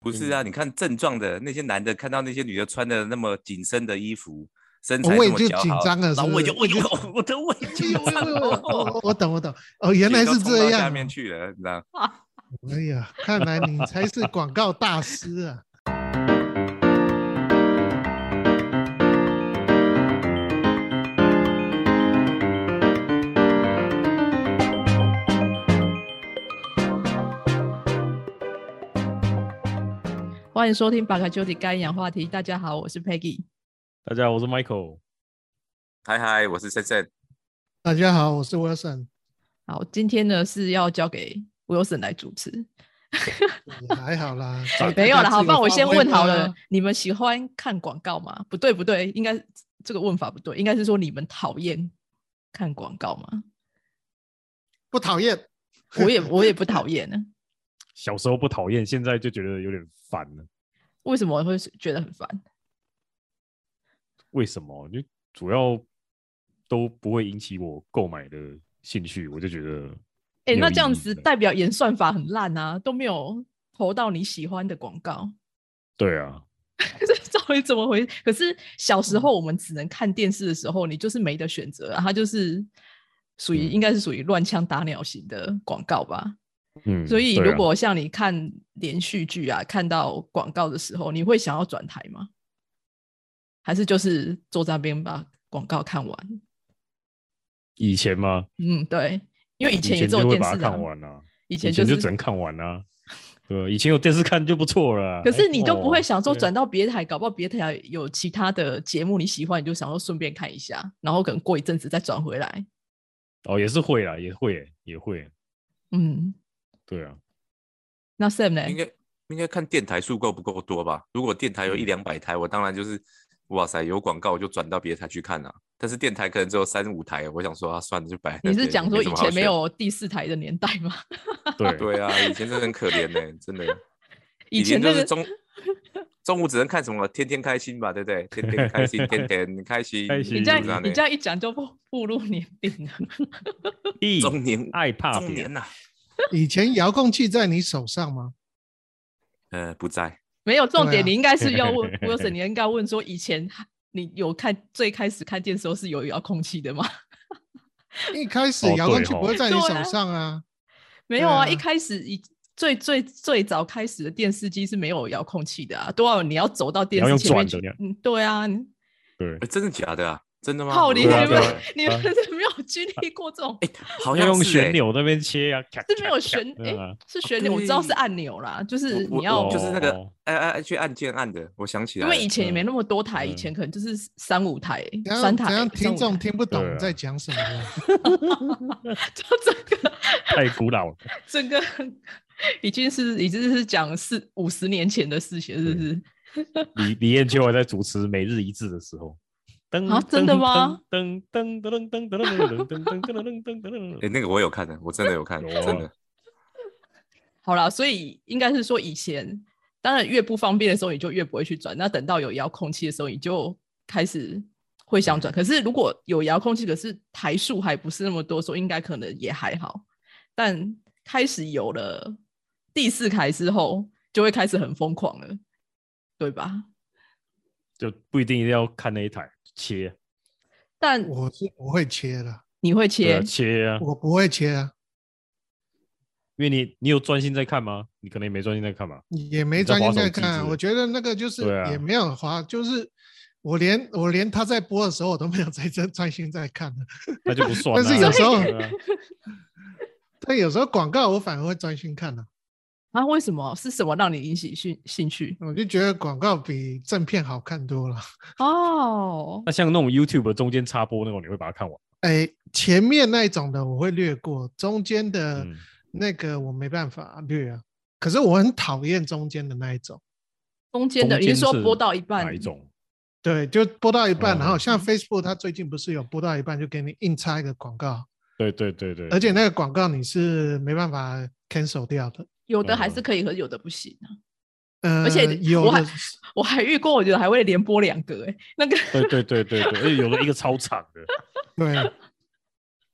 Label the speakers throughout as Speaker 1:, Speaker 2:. Speaker 1: 不
Speaker 2: 嗯
Speaker 1: 是啊，你看症状的那些男的，看到那些女的穿的那么紧身的衣服，身材
Speaker 2: 哦我
Speaker 1: 那
Speaker 2: 也
Speaker 1: 么
Speaker 2: 就
Speaker 1: 姣
Speaker 2: 紧
Speaker 1: 好
Speaker 2: 张了
Speaker 1: 然后
Speaker 2: 是
Speaker 1: 我
Speaker 2: 不
Speaker 1: 就是我就我我的胃就
Speaker 2: 呦呦呦呦
Speaker 1: 哦
Speaker 2: 我我懂我懂哦， 原来是这
Speaker 1: 下
Speaker 2: 样
Speaker 1: 面
Speaker 2: 哦。
Speaker 1: 去了，你知道？
Speaker 2: 哎呀，看来你才是广告大师啊！
Speaker 3: 欢迎收听《巴卡丘迪干养话题》。大家好，我是 Peggy。
Speaker 4: 大家好，我是 Michael。
Speaker 1: 嗨嗨，我是森森，
Speaker 2: 大家好，我是 Wilson。
Speaker 3: 好，今天呢是要交给 Wilson 来主持，
Speaker 2: 也还好啦
Speaker 4: 好，
Speaker 3: 没有
Speaker 2: 大
Speaker 3: 了。
Speaker 2: 家自
Speaker 3: 好，
Speaker 2: 由
Speaker 3: 那我先
Speaker 2: 发挥
Speaker 3: 问好了
Speaker 2: 吧，，
Speaker 3: 你们喜欢看广告吗？不对，不对，应该这个问法不对，应该是说你们讨厌看广告 吗？
Speaker 2: 不讨厌。
Speaker 3: 我也我也不讨厌啊呢。
Speaker 4: 小时候不讨厌，现在就觉得有点烦了。
Speaker 3: 为什么会觉得很烦？
Speaker 4: 为什么？就主要都不会引起我购买的兴趣，我就觉得没
Speaker 3: 哎、
Speaker 4: 有
Speaker 3: 那这样
Speaker 4: 意义
Speaker 3: 子
Speaker 4: 了
Speaker 3: 代表演算法很烂啊，都没有投到你喜欢的广告，
Speaker 4: 对啊，
Speaker 3: 这到底怎么回事？可是小
Speaker 4: 嗯
Speaker 3: 时候我们只能看电视的时候，你就是没得选择、啊，它就是属于
Speaker 4: 嗯
Speaker 3: 应该是属于乱枪打鸟型的广告吧。
Speaker 4: 嗯，
Speaker 3: 所以
Speaker 4: 对啊
Speaker 3: 如果像你看连续剧啊，看到广告的时候，你会想要转台吗？还是就是坐在那边把广告看完？
Speaker 4: 以前嘛，
Speaker 3: 嗯，对，因为以
Speaker 4: 以
Speaker 3: 前也只有
Speaker 4: 就会
Speaker 3: 电
Speaker 4: 把它
Speaker 3: 视、啊、
Speaker 4: 看完啊，
Speaker 3: 以
Speaker 4: 以
Speaker 3: 前
Speaker 4: 前
Speaker 3: 就是
Speaker 4: 就只能看完啊。对，以前有电视看就不错了啊。
Speaker 3: 可是
Speaker 4: 哎
Speaker 3: 你就不会想说，转
Speaker 4: 哦
Speaker 3: 到别台，搞不好别台有其他的节目你喜欢，你就想说顺便看一下，然后可能过一阵子再转回来。
Speaker 4: 对哦，也是会啦，也会，也会，
Speaker 3: 嗯，
Speaker 4: 对啊，
Speaker 3: 那 Sam 呢？
Speaker 1: 应该应该看电台数够不够多吧？如果电台有一
Speaker 2: 嗯
Speaker 1: 两百台，我当然就是哇塞，有广告我就转到别的台去看了、啊但是电台可能只有三五台，我想说啊，算了，就摆在那
Speaker 3: 你
Speaker 1: 边。
Speaker 3: 是讲说
Speaker 1: 没什
Speaker 3: 以
Speaker 1: 么好
Speaker 3: 前没
Speaker 1: 选？
Speaker 3: 有第四台的年代 吗？
Speaker 4: 对
Speaker 1: 对啊，以前真的很可怜呢、真的。
Speaker 3: 以前
Speaker 1: 就
Speaker 3: 那
Speaker 1: 是
Speaker 3: 个
Speaker 1: 中 中午只能看什么，天天开心吧，对不对？天天开心，天天开心。
Speaker 4: 开
Speaker 3: 你
Speaker 4: 心
Speaker 3: 这
Speaker 1: 是啊
Speaker 3: 样你
Speaker 1: 呢
Speaker 3: 这样一讲 就暴暴露年龄了。
Speaker 4: 一
Speaker 1: 中年
Speaker 4: 爱怕
Speaker 1: 中
Speaker 4: 啊别
Speaker 1: 年，呐、
Speaker 2: 以前遥控器在你手上吗？
Speaker 1: 呃，不在。
Speaker 3: 没有重
Speaker 2: 对
Speaker 3: 点，
Speaker 2: 啊
Speaker 3: 你应该是 要问 Wilson，你应该问说以前你有看最开始看电视的时候是有遥控器的吗？
Speaker 2: 一开始
Speaker 4: 哦
Speaker 2: 遥控
Speaker 4: 对
Speaker 2: 器
Speaker 4: 吼
Speaker 2: 不会在你
Speaker 3: 对
Speaker 2: 手
Speaker 3: 啊
Speaker 2: 上啊。
Speaker 3: 没
Speaker 2: 对
Speaker 3: 有啊，
Speaker 2: 啊
Speaker 3: 一开始以最最最早开始的电视机是没有遥控器的啊，都要你要走到电
Speaker 4: 要
Speaker 3: 视
Speaker 4: 用
Speaker 3: 前面
Speaker 4: 转
Speaker 3: 去
Speaker 4: 的。
Speaker 3: 嗯，对啊，你
Speaker 4: 对
Speaker 1: 呃，真的假的啊？真的吗？
Speaker 3: 靠
Speaker 1: 我
Speaker 3: 你
Speaker 1: 不
Speaker 4: 对
Speaker 1: 知
Speaker 4: 啊
Speaker 1: 道
Speaker 3: 们
Speaker 4: 对 啊
Speaker 1: 欸
Speaker 3: 你们是没有经历过这种，
Speaker 1: 哎、好像
Speaker 4: 要用
Speaker 1: 是欸
Speaker 4: 旋，钮那边切啊，咔
Speaker 3: 是没有旋
Speaker 4: 咔咔
Speaker 3: 哎
Speaker 4: 对啊
Speaker 3: 是旋钮，我知道是
Speaker 1: 对
Speaker 3: 按钮啦，就是
Speaker 1: 我
Speaker 3: 你要
Speaker 1: 我就，是那个
Speaker 4: 哦
Speaker 1: 哎哎哎，去按键按的，我想起来
Speaker 3: 因
Speaker 1: 了。
Speaker 3: 为以前也没那么多台，以
Speaker 4: 嗯
Speaker 3: 前可能就是三五台、
Speaker 2: 怎
Speaker 3: 三
Speaker 2: 样
Speaker 3: 台
Speaker 2: 怎样，、
Speaker 3: 三
Speaker 2: 听
Speaker 3: 五
Speaker 2: 众
Speaker 3: 台
Speaker 2: 听不懂
Speaker 4: 对
Speaker 2: 你
Speaker 4: 啊
Speaker 2: 在讲什么啊？
Speaker 3: 就整个
Speaker 4: 太古老了。
Speaker 3: 整个 已经是已经是讲四五十年前的事情，是不
Speaker 4: 对
Speaker 3: 是？
Speaker 4: 李李艳秋还在主持每日一字的时候，噔
Speaker 3: 啊真的吗？
Speaker 4: 噔噔噔噔噔噔噔噔噔噔噔噔噔噔
Speaker 1: 哎、那个我有看的，我真的有看，
Speaker 4: 有啊
Speaker 1: 真的。
Speaker 3: 好啦，所以应该是说以前，当然越不方便的时候，你就越不会去转。那等到有遥控器的时候，你就开始会想转。可是如果有遥控器，可是台数还不是那么多的时候，应该可能也还好。但开始有了第四台之后，就会开始很疯狂了，对吧？
Speaker 4: 就不一定一定要看那一台切，
Speaker 3: 但
Speaker 2: 我是不会切的，
Speaker 3: 你会
Speaker 4: 对
Speaker 3: 切
Speaker 4: 啊，切啊，
Speaker 2: 我不会切啊，
Speaker 4: 因为你你有专心在看吗？你可能也没专心在看嘛。
Speaker 2: 也没
Speaker 4: 你在
Speaker 2: 专心
Speaker 4: 滑手
Speaker 2: 在
Speaker 4: 机
Speaker 2: 看啊。
Speaker 4: 是不是
Speaker 2: 我觉得那个就是
Speaker 4: 对啊
Speaker 2: 也没有滑，就是我连我连他在播的时候，我都没有在真专心在看的。
Speaker 4: 那就不算
Speaker 2: 但
Speaker 4: 啊。
Speaker 2: 是有时候，
Speaker 4: 对啊
Speaker 2: 但有时候广告我反而会专心看的、
Speaker 3: 啊？为什么？是什么让你引起兴兴趣？
Speaker 2: 我就觉得广告比正片好看多了。
Speaker 3: 哦
Speaker 4: 那，像那种 YouTube 中间插播那种，你会把它看完？
Speaker 2: 哎，前面那一种的我会略过，中间的
Speaker 4: 嗯，
Speaker 2: 那个我没办法略啊。可是我很讨厌中间的那一种，
Speaker 3: 中间的，
Speaker 4: 中
Speaker 3: 你是说
Speaker 4: 是
Speaker 3: 播到一半
Speaker 4: 哪一种？
Speaker 2: 对，就播到一半，然后
Speaker 4: 哦
Speaker 2: 像 Facebook 它最近不是有播到一半就给你硬插一个广告，
Speaker 4: 对对对对，
Speaker 2: 而且那个广告你是没办法 cancel 掉的。
Speaker 3: 有的还是
Speaker 4: 嗯
Speaker 3: 可以，可是有的不行啊。
Speaker 2: 呃，
Speaker 3: 且
Speaker 2: 有
Speaker 3: 我还
Speaker 2: 的是
Speaker 3: 我还遇过，我觉得还会连播两个哎、那个
Speaker 4: 对啊对对对对，而且有的一个超长的，
Speaker 2: 对，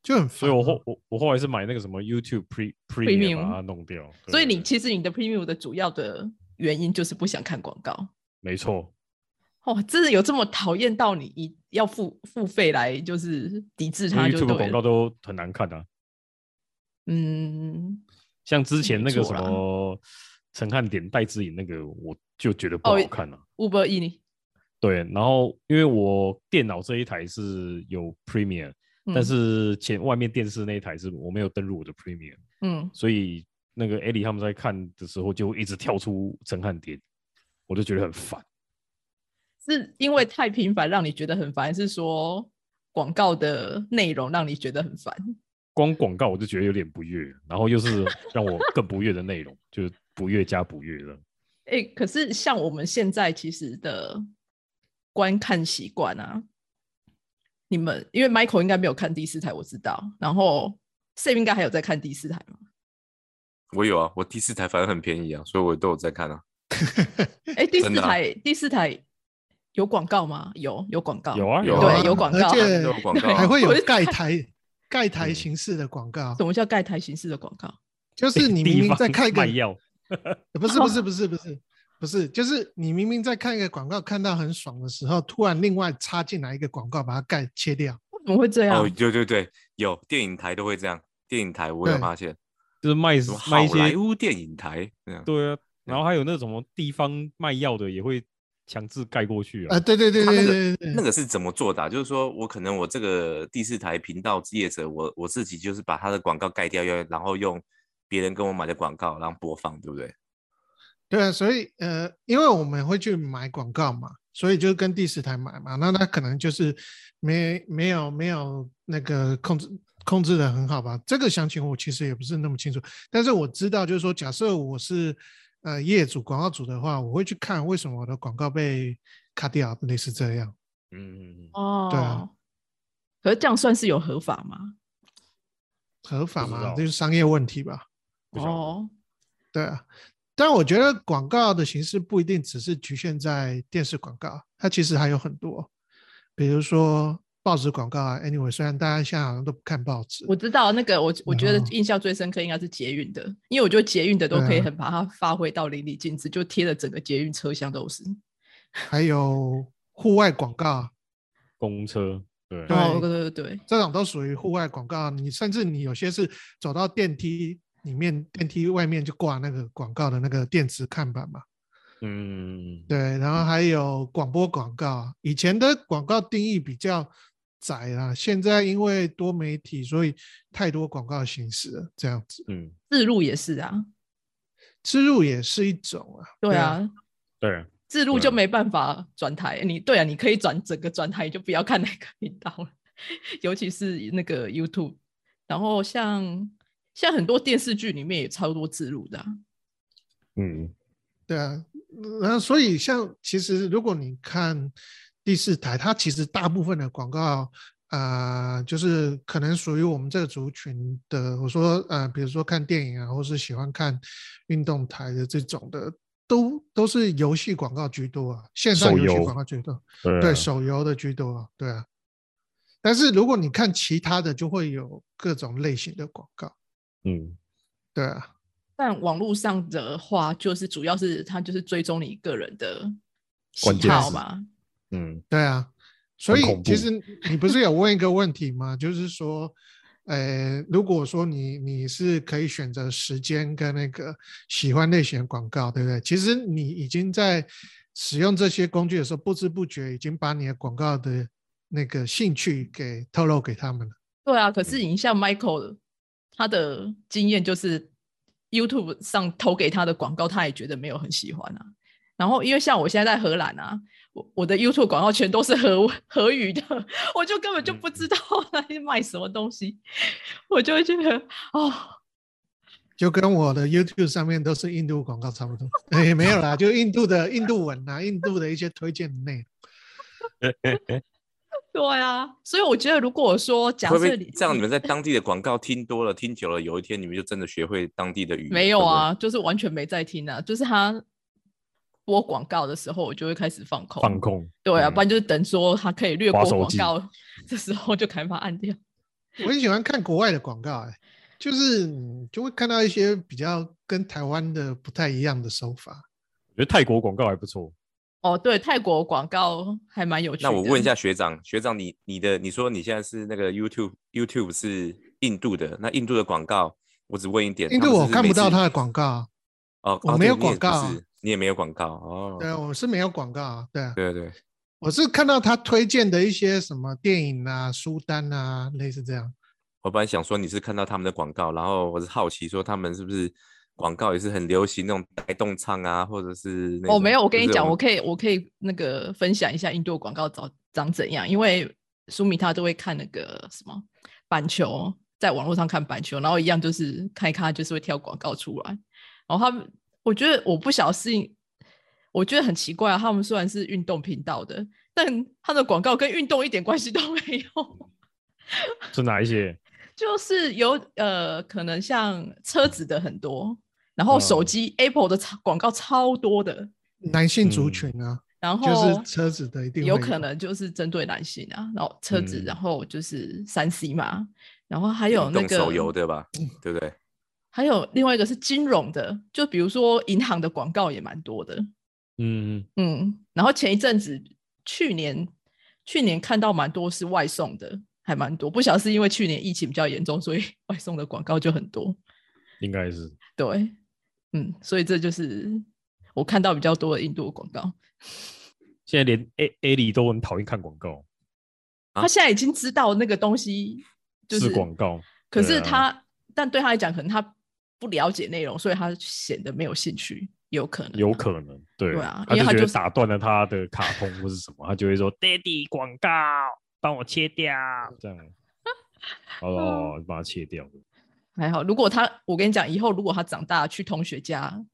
Speaker 2: 就很
Speaker 4: 所以
Speaker 2: 烦啊。
Speaker 4: 我后我我后来是买那个什么 YouTube Pre Premium
Speaker 3: Premium
Speaker 4: 把它弄掉。对啊
Speaker 3: 所
Speaker 4: 对
Speaker 3: 以你
Speaker 4: 对
Speaker 3: 其实你的 premium 的主要的原因就是不想看广告。
Speaker 4: 没错，
Speaker 3: 哦，真的有这么讨厌到你一要付付费来就是抵制
Speaker 4: 因
Speaker 3: 它
Speaker 4: 为
Speaker 3: 就
Speaker 4: YouTube
Speaker 3: 对
Speaker 4: 广
Speaker 3: 了。
Speaker 4: 告都很难看啊。
Speaker 3: 嗯，
Speaker 4: 像之前那个
Speaker 3: 没
Speaker 4: 什
Speaker 3: 错啦
Speaker 4: 么陈汉典、戴之颖那个，我就觉得不好
Speaker 3: 哦
Speaker 4: 看了、啊。
Speaker 3: Uber E 你，
Speaker 4: 对，然后因为我电脑这一台是有 Premiere，、
Speaker 3: 嗯
Speaker 4: 但是前外面电视那一台是我没有登录我的 Premiere，
Speaker 3: 嗯，
Speaker 4: 所以那个 Ellie 他们在看的时候就会一直跳出陈汉典，我就觉得很烦。
Speaker 3: 是因为太频繁让你觉得很烦，还是说广告的内容让你觉得很烦？
Speaker 4: 光广告我就觉得有点不悦，然后又是让我更不悦的内容， 就是不悦加不悦了。
Speaker 3: 哎、可是像我们现在其实的观看习惯啊，你们因为 Michael 应该没有看第四台，我知道，然后 Sam 应该还有在看第四台嘛？
Speaker 1: 我有啊，我第四台反正很便宜啊，所以我都有在看啊。
Speaker 3: 哎、第四
Speaker 1: 真的啊
Speaker 3: 台、第四台有广告吗？有，有广告，
Speaker 4: 有啊，
Speaker 1: 有
Speaker 4: 啊，
Speaker 1: 啊
Speaker 3: 对，有广告
Speaker 2: 而
Speaker 3: 啊。
Speaker 2: 且
Speaker 1: 都有广告啊，
Speaker 2: 还会有
Speaker 3: 我就
Speaker 2: 盖 台盖台
Speaker 4: 嗯
Speaker 2: 形式的广告
Speaker 3: 什，么叫盖台形式的广告？
Speaker 2: 就是你明明在看一
Speaker 4: 卖
Speaker 2: 个
Speaker 4: 药，
Speaker 2: 不是不是不是不是 不是，就是你明明在看一个广告，看到很爽的时候，突然另外插进来一个广告，把它盖切掉。
Speaker 3: 怎么会这样？
Speaker 1: 哦，对对对，有电影台都会这样，电影台我有
Speaker 2: 对
Speaker 1: 发现，
Speaker 4: 就是卖
Speaker 1: 什么
Speaker 4: 卖
Speaker 1: 好
Speaker 4: 一
Speaker 1: 莱
Speaker 4: 些，
Speaker 1: 坞电影台这样，
Speaker 4: 对啊，然后还有那什么地方卖药的也会强制盖过去啊
Speaker 3: 呃
Speaker 2: 啊，。对对对
Speaker 1: 他
Speaker 2: 对
Speaker 1: 那个
Speaker 2: 对对
Speaker 1: 那
Speaker 2: 对，
Speaker 3: 嗯
Speaker 1: 个是怎么做的啊、就是说我可能我这个第四台频道业者，我我自己就是把他的广告盖掉，要然后用别人跟我买的广告然后播放，对不对？
Speaker 2: 对啊，所以呃，因为我们会去买广告嘛，所以就跟第四台买嘛，那他可能就是没没有没有那个控制。控制的很好吧？这个详情我其实也不是那么清楚，但是我知道，就是说，假设我是呃业主、广告主的话，我会去看为什么我的广告被卡掉，类似这样。
Speaker 1: 嗯，
Speaker 3: 哦，
Speaker 2: 对啊
Speaker 3: 可是这样算是有合法吗？
Speaker 2: 合法
Speaker 4: 不知道
Speaker 2: 嘛，这就是商业问题吧？
Speaker 4: 不晓得
Speaker 3: 哦，
Speaker 2: 对啊，但我觉得广告的形式不一定只是局限在电视广告，它其实还有很多，比如说报纸广告啊。Anyway，虽然大家现在好像都不看报纸，
Speaker 3: 我知道那个我我觉得
Speaker 2: 然后
Speaker 3: 印象最深刻应该是捷运的，因为我觉得捷运的都
Speaker 2: 对啊
Speaker 3: 可以很把它发挥到淋漓尽致，就贴的整个捷运车厢都是。
Speaker 2: 还有户外广告，
Speaker 4: 公车，对，啊
Speaker 2: 对
Speaker 3: 哦，对对对，
Speaker 2: 这种都属于户外广告。你甚至你有些是走到电梯里面，电梯外面就挂那个广告的那个电子看板嘛。
Speaker 4: 嗯，
Speaker 2: 对，然后还有广播广告，以前的广告定义比较窄啦，现在因为多媒体，所以太多广告形式了，这样子。
Speaker 4: 嗯，
Speaker 3: 自录也是啊，
Speaker 2: 植入也是一种啊，
Speaker 3: 对，啊，
Speaker 4: 对，
Speaker 3: 自录
Speaker 4: 对
Speaker 3: 就
Speaker 4: 啊
Speaker 3: 没办法转台，你对啊，你可以转整个转台，就不要看哪个频道了， 尤其是那个 YouTube，然后像像很多电视剧里面也超多自录的啊、
Speaker 4: 嗯，
Speaker 2: 对啊。然后所以像其实如果你看第四台，它其实大部分的广告。啊、就是可能属于我们这个族群的，我说呃，比如说看电影啊，或是喜欢看运动台的这种的，都都是游戏广告居多啊，线上
Speaker 4: 手
Speaker 2: 游戏
Speaker 4: 游
Speaker 2: 广告居多。
Speaker 4: 对啊
Speaker 2: 对，手游的居多，对啊。但是如果你看其他的，就会有各种类型的广告，
Speaker 4: 嗯，
Speaker 2: 对啊，
Speaker 3: 但网络上的话，就是主要是它就是追踪你个人的
Speaker 4: 关
Speaker 3: 喜
Speaker 4: 键
Speaker 3: 好
Speaker 4: 字
Speaker 3: 嘛，
Speaker 4: 嗯，
Speaker 2: 对啊。所以
Speaker 4: 很恐怖
Speaker 2: 其实你不是有问一个问题吗？就是说，呃，如果说你你是可以选择时间跟那个喜欢类型的广告，对不对？其实你已经在使用这些工具的时候，不知不觉已经把你的广告的那个兴趣给透露给他们了。
Speaker 3: 对啊，可是你像 Michael，他的经验就是 YouTube 上投给他的广告，他也觉得没有很喜欢啊。然后因为像我现在在荷兰啊，我我的 YouTube 广告全都是荷 荷语的，我就根本就不知道他在卖什么东西，我就会觉得哦，
Speaker 2: 就跟我的 YouTube 上面都是印度广告差不多， 也、没有啦，就印度的印度文啊，印度的一些推荐内容。
Speaker 3: 对啊，所以我觉得如果说假
Speaker 1: 嗯会不
Speaker 3: 设
Speaker 1: 会
Speaker 3: 你嗯
Speaker 1: 这样？你们在当地的广告听多了，听久了，有一天你们就真的学会当地的语言？
Speaker 3: 没有
Speaker 1: 会不会
Speaker 3: 啊，就是完全没在听啊，就是他播广告的时候，我就会开始放空，
Speaker 4: 放空，
Speaker 3: 对啊，
Speaker 4: 嗯
Speaker 3: 不然就是等说他可以略
Speaker 4: 划
Speaker 3: 过
Speaker 4: 手
Speaker 3: 广
Speaker 4: 机
Speaker 3: 告的时候，就赶快把它按掉。
Speaker 2: 我很喜欢看国外的广告、哎，就是你就会看到一些比较跟台湾的不太一样的手法。
Speaker 4: 我觉得泰国广告还不错，
Speaker 3: 哦，对，泰国广告还蛮有趣的。嗯
Speaker 1: 那我问一下学长，学长你你的你说你现在是那个 YouTube YouTube 是印度的，那印度的广告我只问一点，
Speaker 2: 印
Speaker 1: 他
Speaker 2: 度
Speaker 1: 们
Speaker 2: 我
Speaker 1: 是
Speaker 2: 看
Speaker 1: 每
Speaker 2: 不到
Speaker 1: 次
Speaker 2: 他的广告，
Speaker 1: 哦，
Speaker 2: 我
Speaker 1: 哦
Speaker 2: 没
Speaker 1: 对
Speaker 2: 有
Speaker 1: 你
Speaker 2: 广
Speaker 1: 也不
Speaker 2: 告啊
Speaker 1: 是你也没有广告哦，
Speaker 2: 对啊，我是没有广告啊，对啊，
Speaker 1: 对对，
Speaker 2: 我是看到他推荐的一些什么电影啊、书单啊，类似这样。
Speaker 1: 我本来想说你是看到他们的广告，然后我是好奇说他们是不是广告也是很流行那种带动唱啊，或者是那
Speaker 3: 哦，没
Speaker 1: 种
Speaker 3: 有，我跟你
Speaker 1: 就是
Speaker 3: 讲，我
Speaker 1: 们
Speaker 3: 可以，我可以那个分享一下印度的广告长长怎样，啊因为苏米他都会看那个什么板球，在网络上看板球，然后一样就是看一看，他就是会跳广告出来。然后他们，我觉得我不小心，我觉得很奇怪啊，他们虽然是运动频道的，但他的广告跟运动一点关系都没有。
Speaker 4: 是哪一些？
Speaker 3: 就是有呃，可能像车子的很多，然后手
Speaker 4: 嗯
Speaker 3: 机、Apple 的超广告超多的，
Speaker 2: 男性族
Speaker 4: 嗯
Speaker 2: 群啊，
Speaker 3: 然后
Speaker 2: 就是车子的一定
Speaker 3: 有
Speaker 2: 会
Speaker 3: 可
Speaker 2: 有
Speaker 3: 能就是针对男性啊，然后车子，
Speaker 4: 嗯
Speaker 3: 然后就是三 C 嘛，然后还有
Speaker 1: 运
Speaker 3: 那
Speaker 1: 动
Speaker 3: 个嗯
Speaker 1: 手游对吧？对不对？
Speaker 3: 还有另外一个是金融的，就比如说银行的广告也蛮多的，
Speaker 4: 嗯，
Speaker 3: 嗯，然后前一阵子去年去年看到蛮多是外送的，还蛮多，不晓得是因为去年疫情比较严重，所以 外送的广告就很多，
Speaker 4: 应该是。
Speaker 3: 对，嗯，所以这就是我看到比较多的印度的广告，
Speaker 4: 现在连 A A 里都很讨厌看广告，
Speaker 1: 啊
Speaker 3: 他现在已经知道那个东西就是嗯
Speaker 4: 广告，
Speaker 3: 可
Speaker 4: 对
Speaker 3: 是
Speaker 4: 啊
Speaker 3: 他，但对他来讲，可能他不了解内容，所以他显得没有兴趣，有可能啊，
Speaker 4: 有可能对
Speaker 3: 对啊
Speaker 4: 他
Speaker 3: 因为
Speaker 4: 就
Speaker 3: 他
Speaker 4: 觉
Speaker 3: 就
Speaker 4: 得
Speaker 3: 是
Speaker 4: 打断了他的卡通或是什么，他就会说 “Daddy 广告，帮我切掉”这样， 哦，把它切掉。
Speaker 3: 还好。如果他，我跟你讲，以后如果他长大去同学家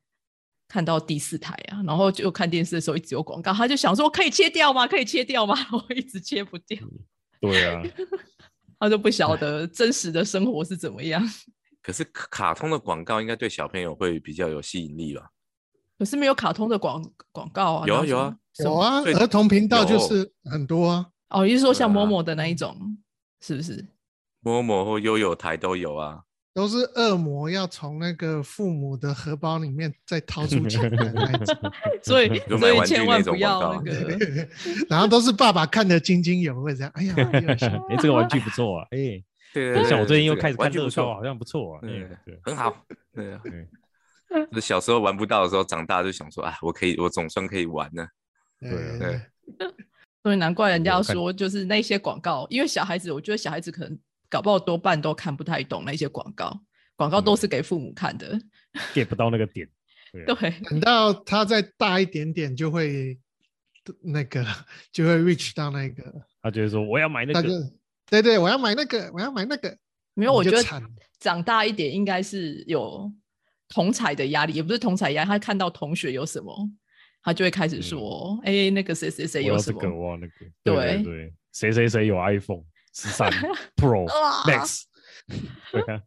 Speaker 3: 看到第四台啊，然后就看电视的时候一直有广告，他就想说可以切掉吗？可以切掉吗？ 我一直切不掉，
Speaker 4: 对啊，
Speaker 3: 他就不晓得真实的生活是怎么样。
Speaker 1: 可是卡卡通的广告应该对小朋友会比较有吸引力吧？
Speaker 3: 可是没有卡通的广广告啊，
Speaker 1: 有啊
Speaker 3: 哪
Speaker 1: 有啊
Speaker 3: 什么
Speaker 2: 有啊，
Speaker 1: 所以
Speaker 2: 儿童频道就
Speaker 1: 有
Speaker 2: 是很多啊。
Speaker 3: 哦，你是说像
Speaker 1: 对
Speaker 3: 某
Speaker 1: 啊嗯
Speaker 3: 某的那一种，是不是？
Speaker 1: 摸摸或悠悠台都有啊，
Speaker 2: 都是恶魔要从那个父母的荷包里面再掏出钱 来那一种，
Speaker 3: 所以
Speaker 1: 就
Speaker 3: 所
Speaker 1: 买
Speaker 3: 以
Speaker 1: 玩具
Speaker 3: 千万
Speaker 1: 那
Speaker 3: 不
Speaker 1: 种
Speaker 3: 要
Speaker 1: 广
Speaker 3: 那
Speaker 1: 告
Speaker 3: 个。
Speaker 2: 然后都是爸爸看得津津有味，这样，哎呀，有钱
Speaker 4: 哎，这个玩具不错啊，哎，
Speaker 1: 对
Speaker 4: 等一下我最近又
Speaker 1: 这个
Speaker 4: 开始看
Speaker 1: 玩具
Speaker 4: 乐
Speaker 1: 不
Speaker 4: 高，
Speaker 1: 错
Speaker 4: 好，像不错啊，哎
Speaker 1: 对
Speaker 4: 对，
Speaker 1: 很好，对啊
Speaker 4: 对。
Speaker 1: 就是小时候玩不到的时候，长大就想说啊，我可以，我总算可以玩了。
Speaker 4: 对啊
Speaker 1: 对
Speaker 3: 所以难怪人家
Speaker 4: 我看
Speaker 3: 说，就是那些广告，因为小孩子，我觉得小孩子可能搞不好多半都看不太懂那些广告，广告都
Speaker 4: 嗯
Speaker 3: 是给父母看的。
Speaker 4: get 不到那个点，对啊
Speaker 3: 对，
Speaker 2: 等到他再大一点点，就会那个就会 reach 到那个，
Speaker 4: 他就会说我要买那
Speaker 2: 他
Speaker 4: 个
Speaker 2: 就，对对，我要买那个，我要买那个，
Speaker 3: 没有，我
Speaker 2: 你
Speaker 3: 觉
Speaker 2: 就
Speaker 3: 得
Speaker 2: 惨了
Speaker 3: 长大一点应该是有同彩的压力，也不是同彩压力，他看到同学有什么，他就会开始
Speaker 4: 嗯
Speaker 3: 说，哎、那个谁谁谁
Speaker 4: 我
Speaker 3: 有
Speaker 4: 要
Speaker 3: 什
Speaker 4: 这
Speaker 3: 么
Speaker 4: 个，我要那个，
Speaker 3: 对
Speaker 4: 对对，谁谁谁有 iPhone 十三 Pro
Speaker 3: 啊
Speaker 4: Max，对啊，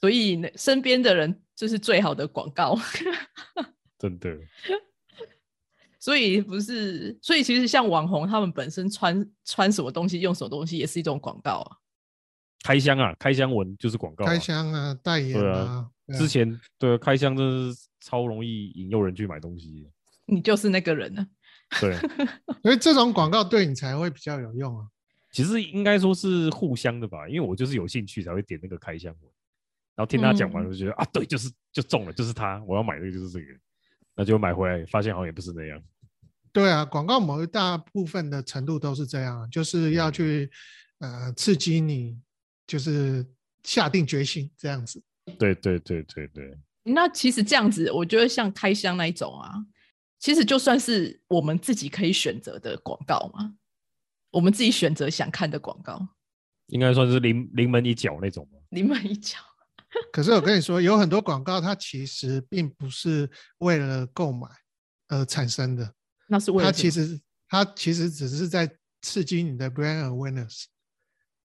Speaker 3: 所以那身边的人就是最好的广告。
Speaker 4: 真的，
Speaker 3: 所以不是，所以其实像网红他们本身穿穿什么东西、用什么东西，也是一种广告啊。
Speaker 4: 开箱啊，开箱文就是广告啊，
Speaker 2: 开箱啊，代言
Speaker 4: 对啊
Speaker 2: 啊，对啊
Speaker 4: 之前对啊开箱真的是超容易引诱人去买东西的，
Speaker 3: 你就是那个人啊。
Speaker 4: 对，
Speaker 2: 所以这种广告对你才会比较有用啊。
Speaker 4: 其实应该说是互相的吧，因为我就是有兴趣才会点那个开箱文，然后听他讲完，
Speaker 3: 嗯
Speaker 4: 我就觉得、啊，对，就是就中了，就是他，我要买这个就是这个，那就买回来发现好像也不是那样，
Speaker 2: 对啊，广告某一大部分的程度都是这样，啊就是要去呃刺激你，就是下定决心这样子。
Speaker 4: 对对对对对，
Speaker 3: 那其实这样子，我觉得像开箱那一种啊，其实就算是我们自己可以选择的广告嘛，我们自己选择想看的广告，
Speaker 4: 应该算是临临门一脚那种吧，
Speaker 3: 临门一脚。
Speaker 2: 可是我跟你说，有很多广告它其实并不是为了购买而产生的，
Speaker 3: 那是为了
Speaker 2: 它
Speaker 3: 什
Speaker 2: 其
Speaker 3: 么
Speaker 2: 实它其实只是在刺激你的 brand awareness，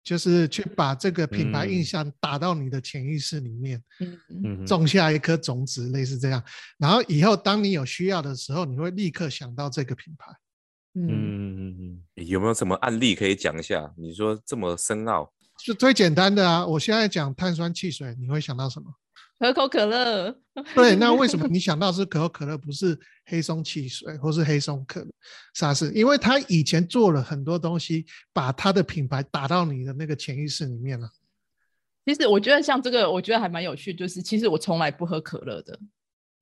Speaker 2: 就是去把这个品牌印
Speaker 4: 嗯
Speaker 2: 象打到你的潜意识里面。
Speaker 3: 嗯嗯
Speaker 4: 嗯哼，
Speaker 2: 种下一颗种子，类似这样。然后以后当你有需要的时候，你会立刻想到这个品牌。
Speaker 3: 嗯
Speaker 4: 嗯嗯嗯
Speaker 1: 有没有什么案例可以讲一下？你说这么深奥，
Speaker 2: 就最简单的啊，我现在讲碳酸汽水，你会想到什么？
Speaker 3: 可口可乐，
Speaker 2: 对，那为什么你想到是可口可乐，不是黑松汽水或是黑松可沙士？因为他以前做了很多东西，把他的品牌打到你的那个潜意识里面了。
Speaker 3: 其实我觉得像这个，我觉得还蛮有趣，就是其实我从来不喝可乐的，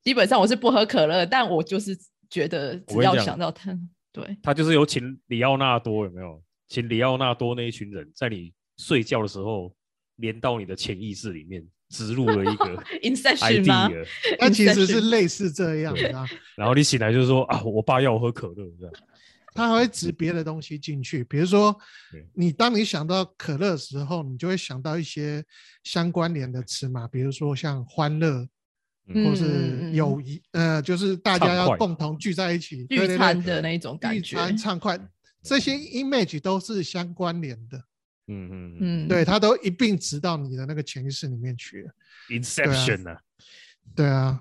Speaker 3: 基本上我是不喝可乐，但我就是觉得只
Speaker 4: 我跟你
Speaker 3: 要
Speaker 4: 讲
Speaker 3: 想到它，对，
Speaker 4: 他就是有请里奥纳多，有没有？请里奥纳多那一群人，在你睡觉的时候，连到你的潜意识里面，植入了一 个
Speaker 3: Inception 吗
Speaker 4: idea，
Speaker 2: 那其实是
Speaker 3: Inception
Speaker 2: 类似这样
Speaker 4: 对
Speaker 2: 的、啊，
Speaker 4: 然后你醒来就是说啊，我爸要我喝可乐，这样。
Speaker 2: 他还会植别的东西进去，比如说
Speaker 4: 对，
Speaker 2: 你当你想到可乐的时候，你就会想到一些相关联的词嘛，比如说像欢乐
Speaker 3: 嗯
Speaker 2: 或是友谊，呃，就是大家
Speaker 4: 畅
Speaker 2: 要
Speaker 4: 快
Speaker 2: 共同聚在一起，对
Speaker 3: 聚
Speaker 2: 对对
Speaker 3: 餐的那一种感
Speaker 2: 聚
Speaker 3: 觉，嗯
Speaker 2: 餐畅快，这些 image 都是相关联的，
Speaker 4: 嗯嗯嗯
Speaker 3: 嗯，
Speaker 2: 对，它都一并植到你的那个潜意识里面去了。
Speaker 4: ，Inception 啊，
Speaker 2: 对啊，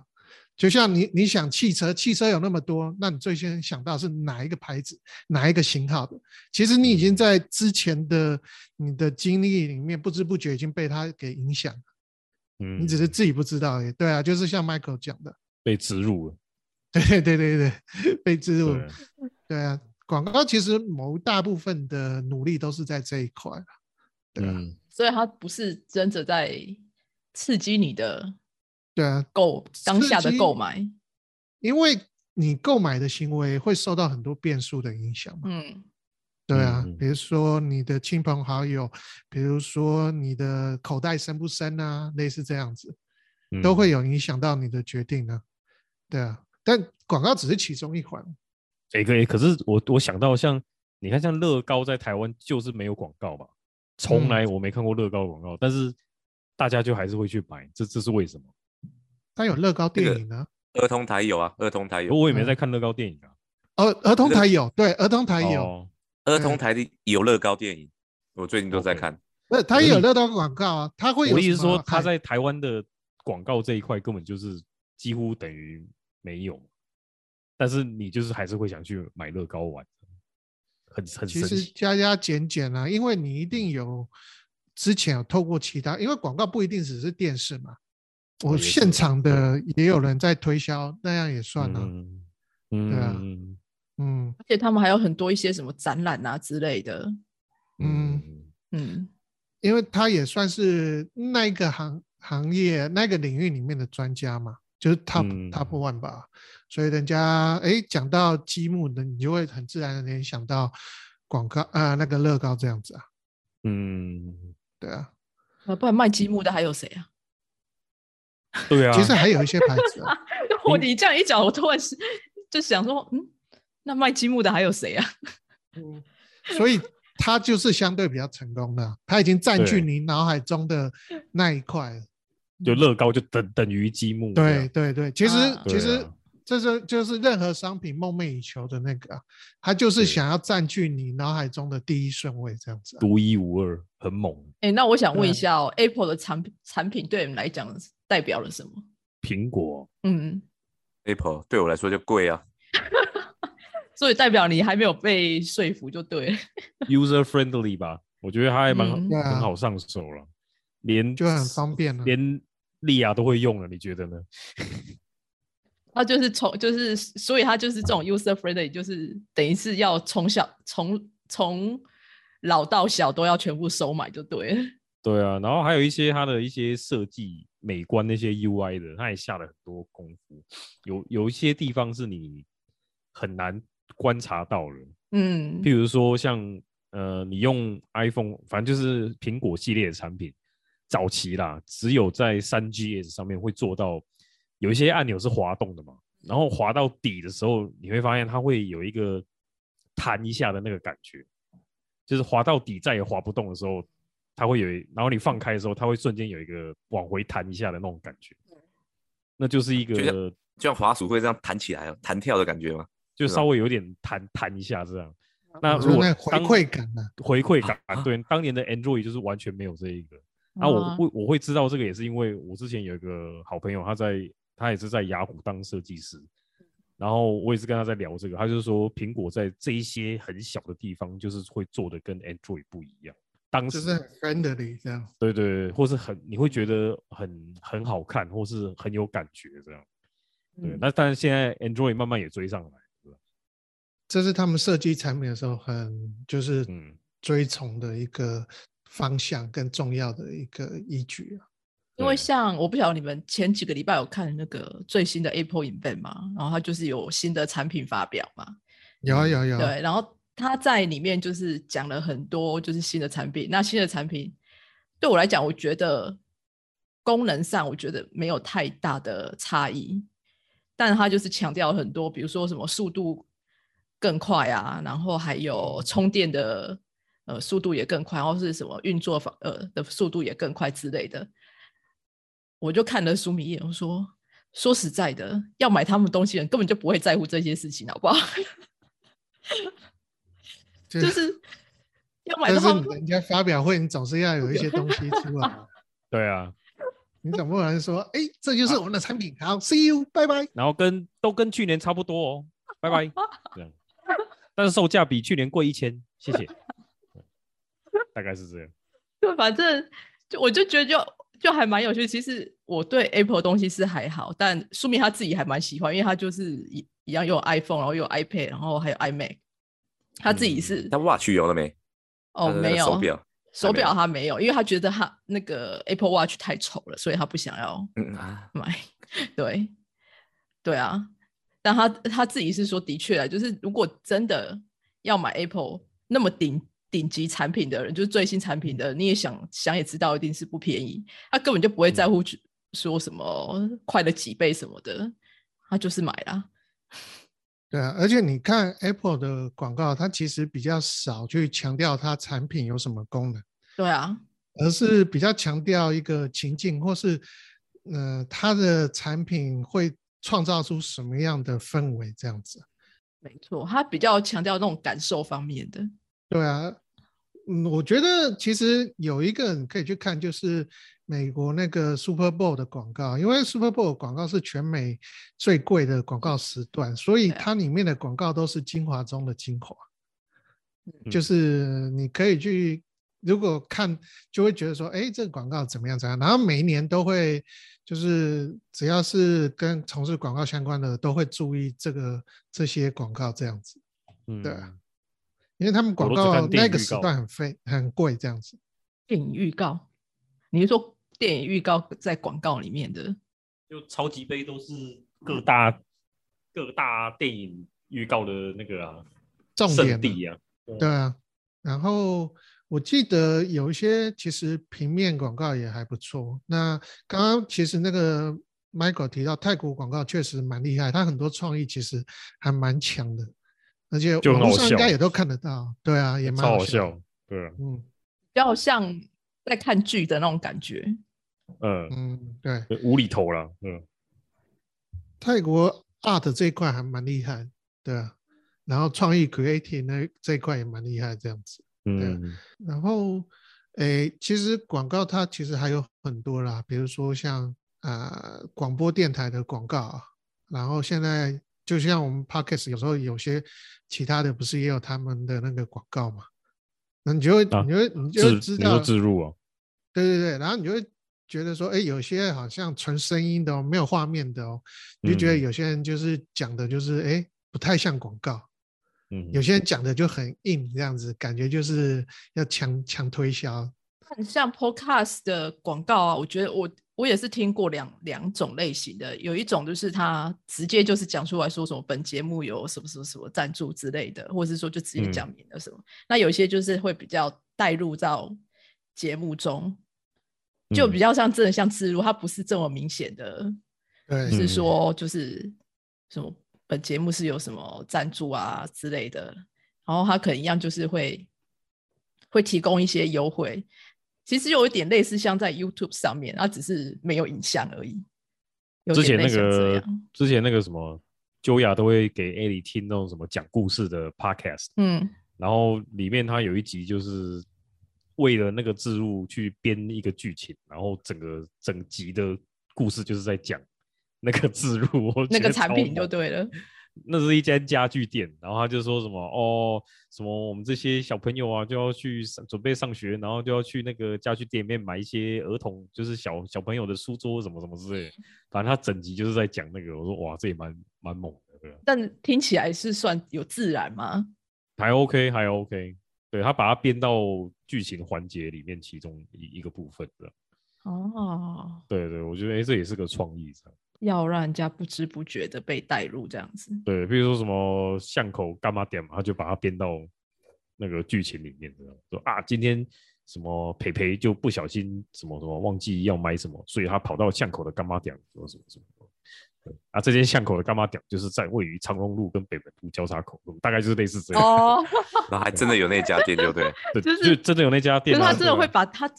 Speaker 2: 就像你你想汽车，汽车有那么多，那你最先想到是哪一个牌子、哪一个型号的？其实你已经在之前的你的经历里面，不知不觉已经被它给影响了，
Speaker 4: 嗯，
Speaker 2: 你只是自己不知道而已。对啊，就是像 Michael 讲的，
Speaker 4: 被植入了。
Speaker 2: 对对对对，被植入。
Speaker 4: 对
Speaker 2: 对啊，广告其实某大部分的努力都是在这一块啦。对啊
Speaker 4: 嗯
Speaker 3: 所以它不是真的在刺激你的
Speaker 2: 对啊，
Speaker 3: 购当
Speaker 2: 刺
Speaker 3: 下的
Speaker 2: 激
Speaker 3: 购买，
Speaker 2: 因为你购买的行为会受到很多变数的影响嘛。
Speaker 3: 嗯
Speaker 2: 对啊，
Speaker 4: 嗯嗯
Speaker 2: 比如说你的亲朋好友，比如说你的口袋深不深啊，类似这样子，
Speaker 4: 嗯
Speaker 2: 都会有影响到你的决定呢、对啊，但广告只是其中一环。
Speaker 4: 哎、可以，可是我我想到像你看，像乐高在台湾就是没有广告嘛，从
Speaker 2: 嗯
Speaker 4: 来我没看过乐高的广告，但是大家就还是会去买，这这是为什么？
Speaker 2: 但有乐高
Speaker 1: 这
Speaker 2: 电
Speaker 1: 个
Speaker 2: 影呢、
Speaker 1: 儿童台有啊，儿童台有，
Speaker 4: 我也没
Speaker 2: 嗯
Speaker 4: 在看乐高电影啊，
Speaker 2: 儿儿童台有，对，儿童台有，
Speaker 4: 哦
Speaker 1: 儿
Speaker 3: 嗯
Speaker 1: 童台的有乐高电影，我最近都在
Speaker 4: OK
Speaker 1: 看。
Speaker 2: 不是它
Speaker 4: 可是
Speaker 2: 也有
Speaker 4: 你
Speaker 2: 乐高广告啊，它会有。
Speaker 4: 我的意思是说，他在台湾的广告这一块根本就是几乎等于没有，但是你就是还是会想去买乐高玩，很很
Speaker 2: 其
Speaker 4: 神
Speaker 2: 实
Speaker 4: 奇。
Speaker 2: 加加减减啊，因为你一定有之前有透过其他，因为广告不一定只是电视嘛，我
Speaker 4: 哦也是啊
Speaker 2: 现场的也有人在推销，那样也算啊。
Speaker 4: 嗯嗯
Speaker 2: 对啊
Speaker 4: 嗯
Speaker 2: 嗯
Speaker 3: 而且他们还有很多一些什么展览啊之类的，
Speaker 2: 嗯，
Speaker 3: 嗯，
Speaker 2: 因为他也算是那一个行行业那个领域里面的专家嘛，就是 top、
Speaker 4: 嗯
Speaker 2: top one 吧，所以人家哎讲到积木的，你就会很自然的联想到广告啊、那个乐高这样子啊，
Speaker 4: 嗯，
Speaker 2: 对啊，
Speaker 3: 呃不然卖积木的还有谁啊？
Speaker 4: 对啊，
Speaker 2: 其实还有一些牌子啊，
Speaker 3: 我你这样一讲，我突然是就想说，嗯，那卖积木的还有谁啊？
Speaker 2: 嗯所以它就是相对比较成功的，啊它已经占
Speaker 4: 对
Speaker 2: 据你脑海中的那一块了。
Speaker 4: 就乐高就等等于积木这
Speaker 2: 对
Speaker 4: 样，
Speaker 2: 对对，其实、
Speaker 3: 啊
Speaker 2: 其
Speaker 4: 啊对
Speaker 2: 实
Speaker 4: 啊
Speaker 2: 这是就是任何商品梦寐以求的那个啊、它就是
Speaker 4: 对
Speaker 2: 想要占据你脑海中的第一顺位这样子啊、
Speaker 4: 独一无二，很猛。
Speaker 3: 哎、那我想问一
Speaker 4: 嗯
Speaker 2: 对
Speaker 3: 下哦，Apple 的产品产品对你们来讲代表了什么？
Speaker 4: 苹果
Speaker 3: 嗯，
Speaker 1: Apple 对我来说就贵啊，
Speaker 3: 所以代表你还没有被说服就对了。
Speaker 4: user friendly 吧，我觉得它还蛮好
Speaker 3: 嗯
Speaker 2: 对啊
Speaker 4: 很好上手了，连
Speaker 2: 就很方便啊
Speaker 4: 连利亚都会用了，你觉得呢？
Speaker 3: 他就是从就是，所以他就是这种 user friendly，就是等于是要从小从从老到小都要全部收买就对了。
Speaker 4: 对啊，然后还有一些它的一些设计、美观那些 UI 的，它也下了很多功夫。有有一些地方是你很难观察到的，
Speaker 3: 嗯，
Speaker 4: 譬如说像呃，你用 iPhone，反正就是苹果系列的产品，早期啦，只有在三 GS 上面会做到有一些按钮是滑动的嘛，然后滑到底的时候，你会发现它会有一个弹一下的那个感觉，就是滑到底再也滑不动的时候，它会有一，然后你放开的时候，它会瞬间有一个往回弹一下的那种感觉，那就是一
Speaker 1: 就像
Speaker 4: 个
Speaker 1: 就像滑鼠会这样弹起来哦，弹跳的感觉吗？
Speaker 4: 就是
Speaker 1: 吧
Speaker 4: 稍微有点弹弹一下这样。那
Speaker 2: 我
Speaker 4: 如
Speaker 2: 觉得
Speaker 4: 果
Speaker 2: 那回
Speaker 4: 当
Speaker 2: 馈感呢、
Speaker 4: 回馈感、
Speaker 1: 啊
Speaker 4: 对，当年的 Android 就是完全没有这一个。啊，
Speaker 3: 哦
Speaker 4: 我会我会知道这个，也是因为我之前有一个好朋友，他在他也是在雅虎当设计师，然后我也是跟他在聊这个，他就是说苹果在这一些很小的地方，就是会做的跟 Android 不一样。当
Speaker 2: 就
Speaker 4: 时
Speaker 2: 是很 friendly 这样。
Speaker 4: 对对对，或是很你会觉得很很好看，或是很有感觉这样。对，
Speaker 3: 嗯
Speaker 4: 那当然现在 Android 慢慢也追上来，对吧
Speaker 2: 这是他们设计产品的时候很就是
Speaker 4: 嗯
Speaker 2: 追从的一个方向跟重要的一个依据啊。
Speaker 3: 因为
Speaker 4: 对
Speaker 3: 像我不晓得你们前几个礼拜有看那个最新的 Apple Invent 嘛，然后它就是有新的产品发表嘛，
Speaker 2: 有
Speaker 4: 嗯
Speaker 2: 啊有啊有啊，
Speaker 3: 对，然后它在里面就是讲了很多就是新的产品，那新的产品对我来讲，我觉得功能上我觉得没有太大的差异，但它就是强调了很多，比如说什么速度更快啊，然后还有充电的呃速度也更快，然后是什么运作方呃的速度也更快之类的。我就看了苏米一眼，我说说实在的，要买他们东西的人根本就不会在乎这些事情，好不好？
Speaker 2: 就
Speaker 3: 就是要买
Speaker 2: 但
Speaker 3: 到
Speaker 2: 是你人家发表会，你总是要有一些东西出 来啊，
Speaker 4: 对啊，
Speaker 2: 你总不能说，哎，这就是我们的产品，好，see you，拜拜。
Speaker 4: 然后跟都跟去年差不多哦，拜 拜这样，但是售价比去年贵一千，谢 谢，大概是这样。
Speaker 3: 就反正就我就觉得就就还蛮有趣。其实我对 Apple 的东西是还好，但说明他自己还蛮喜欢，因为他就是一一样又有 iPhone，然后又有 iPad，然后还有 iMac，他自己
Speaker 4: 嗯
Speaker 3: 是、
Speaker 1: 他 Watch 有了没？他
Speaker 3: 哦
Speaker 1: 的那个
Speaker 3: 没有
Speaker 1: 手表，
Speaker 3: 手
Speaker 1: 还没
Speaker 3: 表
Speaker 1: 有
Speaker 3: 他没有，因为他觉得他那个 Apple Watch 太丑了，所以他不想要
Speaker 1: 嗯啊，
Speaker 3: 买。 对，对啊，但他他自己是说，的确啊，就是如果真的要买 Apple 那么顶顶级产品的人，就是最新产品的，你也想想也知道，一定是不便宜，他根本就不会在乎去说什么快了几倍什么的，他就是买啦。
Speaker 2: 对啊，而且你看 Apple 的广告，它其实比较少去强调它产品有什么功能，
Speaker 3: 对啊，
Speaker 2: 而是比较强调一个情境，或是嗯、呃，它的产品会创造出什么样的氛围这样子。
Speaker 3: 没错，他比较强调那种感受方面的。
Speaker 2: 对啊，嗯，我觉得其实有一个你可以去看，就是美国那个 Super Bowl 的广告，因为 Super Bowl 的广告是全美最贵的广告时段，所以
Speaker 3: 对啊
Speaker 2: 它里面的广告都是精华中的精华，
Speaker 4: 嗯
Speaker 2: 就是你可以去。如果看就会觉得说，哎，这个广告怎么样怎么样，然后每一年都会，就是只要是跟从事广告相关的，都会注意这个这些广告这样子。
Speaker 4: 嗯，
Speaker 2: 对啊因为他们广
Speaker 4: 都只看
Speaker 2: 告
Speaker 4: 电
Speaker 2: 那
Speaker 4: 影
Speaker 2: 个
Speaker 4: 预
Speaker 2: 时
Speaker 4: 告
Speaker 2: 段很费很贵这样子。
Speaker 3: 电影预告，你是说电影预告在广告里面的？
Speaker 4: 就超级杯都是各大各大电影预告的那个啊，
Speaker 2: 重点
Speaker 4: 圣
Speaker 2: 啊
Speaker 4: 地啊，
Speaker 2: 对啊，然后我记得有一些其实平面广告也还不错。那刚刚其实那个 Michael 提到泰国广告确实蛮厉害，它很多创意其实还蛮强的，而且
Speaker 4: 就很
Speaker 2: 网络
Speaker 4: 好
Speaker 2: 上应该
Speaker 4: 笑
Speaker 2: 也都看得到。对啊，也蛮
Speaker 4: 超好
Speaker 2: 好的
Speaker 4: 笑。，对啊，
Speaker 2: 嗯
Speaker 3: 比较像在看剧的那种感觉。
Speaker 4: 嗯，
Speaker 2: 嗯，对，
Speaker 4: 无厘头啦，嗯，
Speaker 2: 泰国 art 这一块还蛮厉害，对啊。然后创意 creative 那这一块也蛮厉害，这样子。
Speaker 4: 嗯，
Speaker 2: 然后，诶，其实广告它其实还有很多啦，比如说像啊、呃广播电台的广告啊，然后现在就像我们 podcast 有时候有些其他的不是也有他们的那个广告嘛，那你就会、
Speaker 4: 啊
Speaker 2: 你就会你就
Speaker 4: 自
Speaker 2: 会
Speaker 4: 你
Speaker 2: 知
Speaker 4: 说
Speaker 2: 道，
Speaker 4: 自入啊，
Speaker 2: 对对对，然后你就会觉得说，哎，有些好像纯声音的哦，没有画面的哦，你就觉得
Speaker 4: 嗯
Speaker 2: 有些人就是讲的就是哎、诶不太像广告，
Speaker 4: 嗯，
Speaker 2: 有些人讲的就很硬，这样子感觉就是要强强推销。
Speaker 3: 但像 Podcast 的广告啊，我觉得我我也是听过两两种类型的，有一种就是他直接就是讲出来说什么本节目有什么什么什么赞助之类的，或者是说就直接
Speaker 4: 嗯
Speaker 3: 讲明了什么。那有一些就是会比较带入到节目中，就
Speaker 4: 嗯
Speaker 3: 比较像真的像植入，它不是这么明显的
Speaker 2: 对，
Speaker 3: 是
Speaker 4: 嗯
Speaker 3: 说就是什么本节目是有什么赞助啊之类的，然后他可能一样就是会会提供一些优惠，其实有一点类似像在 YouTube 上面，它只是没有影像而已。有
Speaker 4: 之前
Speaker 3: 点类
Speaker 4: 那
Speaker 3: 似这
Speaker 4: 个
Speaker 3: 样，
Speaker 4: 之前那个什么，九雅都会给艾莉听那种什么讲故事的 podcast，
Speaker 3: 嗯，
Speaker 4: 然后里面他有一集就是为了那个字幕去编一个剧情，然后整个整集的故事就是在讲那个字幕，我
Speaker 3: 那
Speaker 4: 觉
Speaker 3: 个
Speaker 4: 得
Speaker 3: 产
Speaker 4: 超
Speaker 3: 品就
Speaker 4: 猛
Speaker 3: 对了。
Speaker 4: 那是一间家具店，然后他就说什么哦，什么我们这些小朋友啊就要去上准备上学，然后就要去那个家具店里面买一些儿童，就是小小朋友的书桌什么什么之类的。反正他整集就是在讲那个，我说哇，这也蛮蛮猛的，对啊
Speaker 3: 但听起来是算有自然吗？
Speaker 4: 还 OK，还 OK。对他把它编到剧情环节里面其中一一个部分的，
Speaker 3: 哦，
Speaker 4: 对对，我觉得哎、诶这也是个创意，这样
Speaker 3: 要让人家不知不觉的被带入这样子。
Speaker 4: 对，比如说什么巷口干嘛点嘛，他就把它编到那个剧情里面这样说啊，今天什么培培就不小心什么什么忘记要买什么，所以他跑到巷口的干妈点什么什么什么。对啊，这间巷口的干妈点就是在位于长荣路跟北门路交叉口，大概就是类似这样。
Speaker 3: 哦，
Speaker 1: 然后还真的有那家店，对不对？
Speaker 4: 对，
Speaker 3: 就
Speaker 4: 就是真的有那家
Speaker 3: 就
Speaker 4: 店
Speaker 3: 是
Speaker 4: 啊，
Speaker 3: 他真的
Speaker 4: 对
Speaker 3: 会
Speaker 4: 啊
Speaker 3: 把他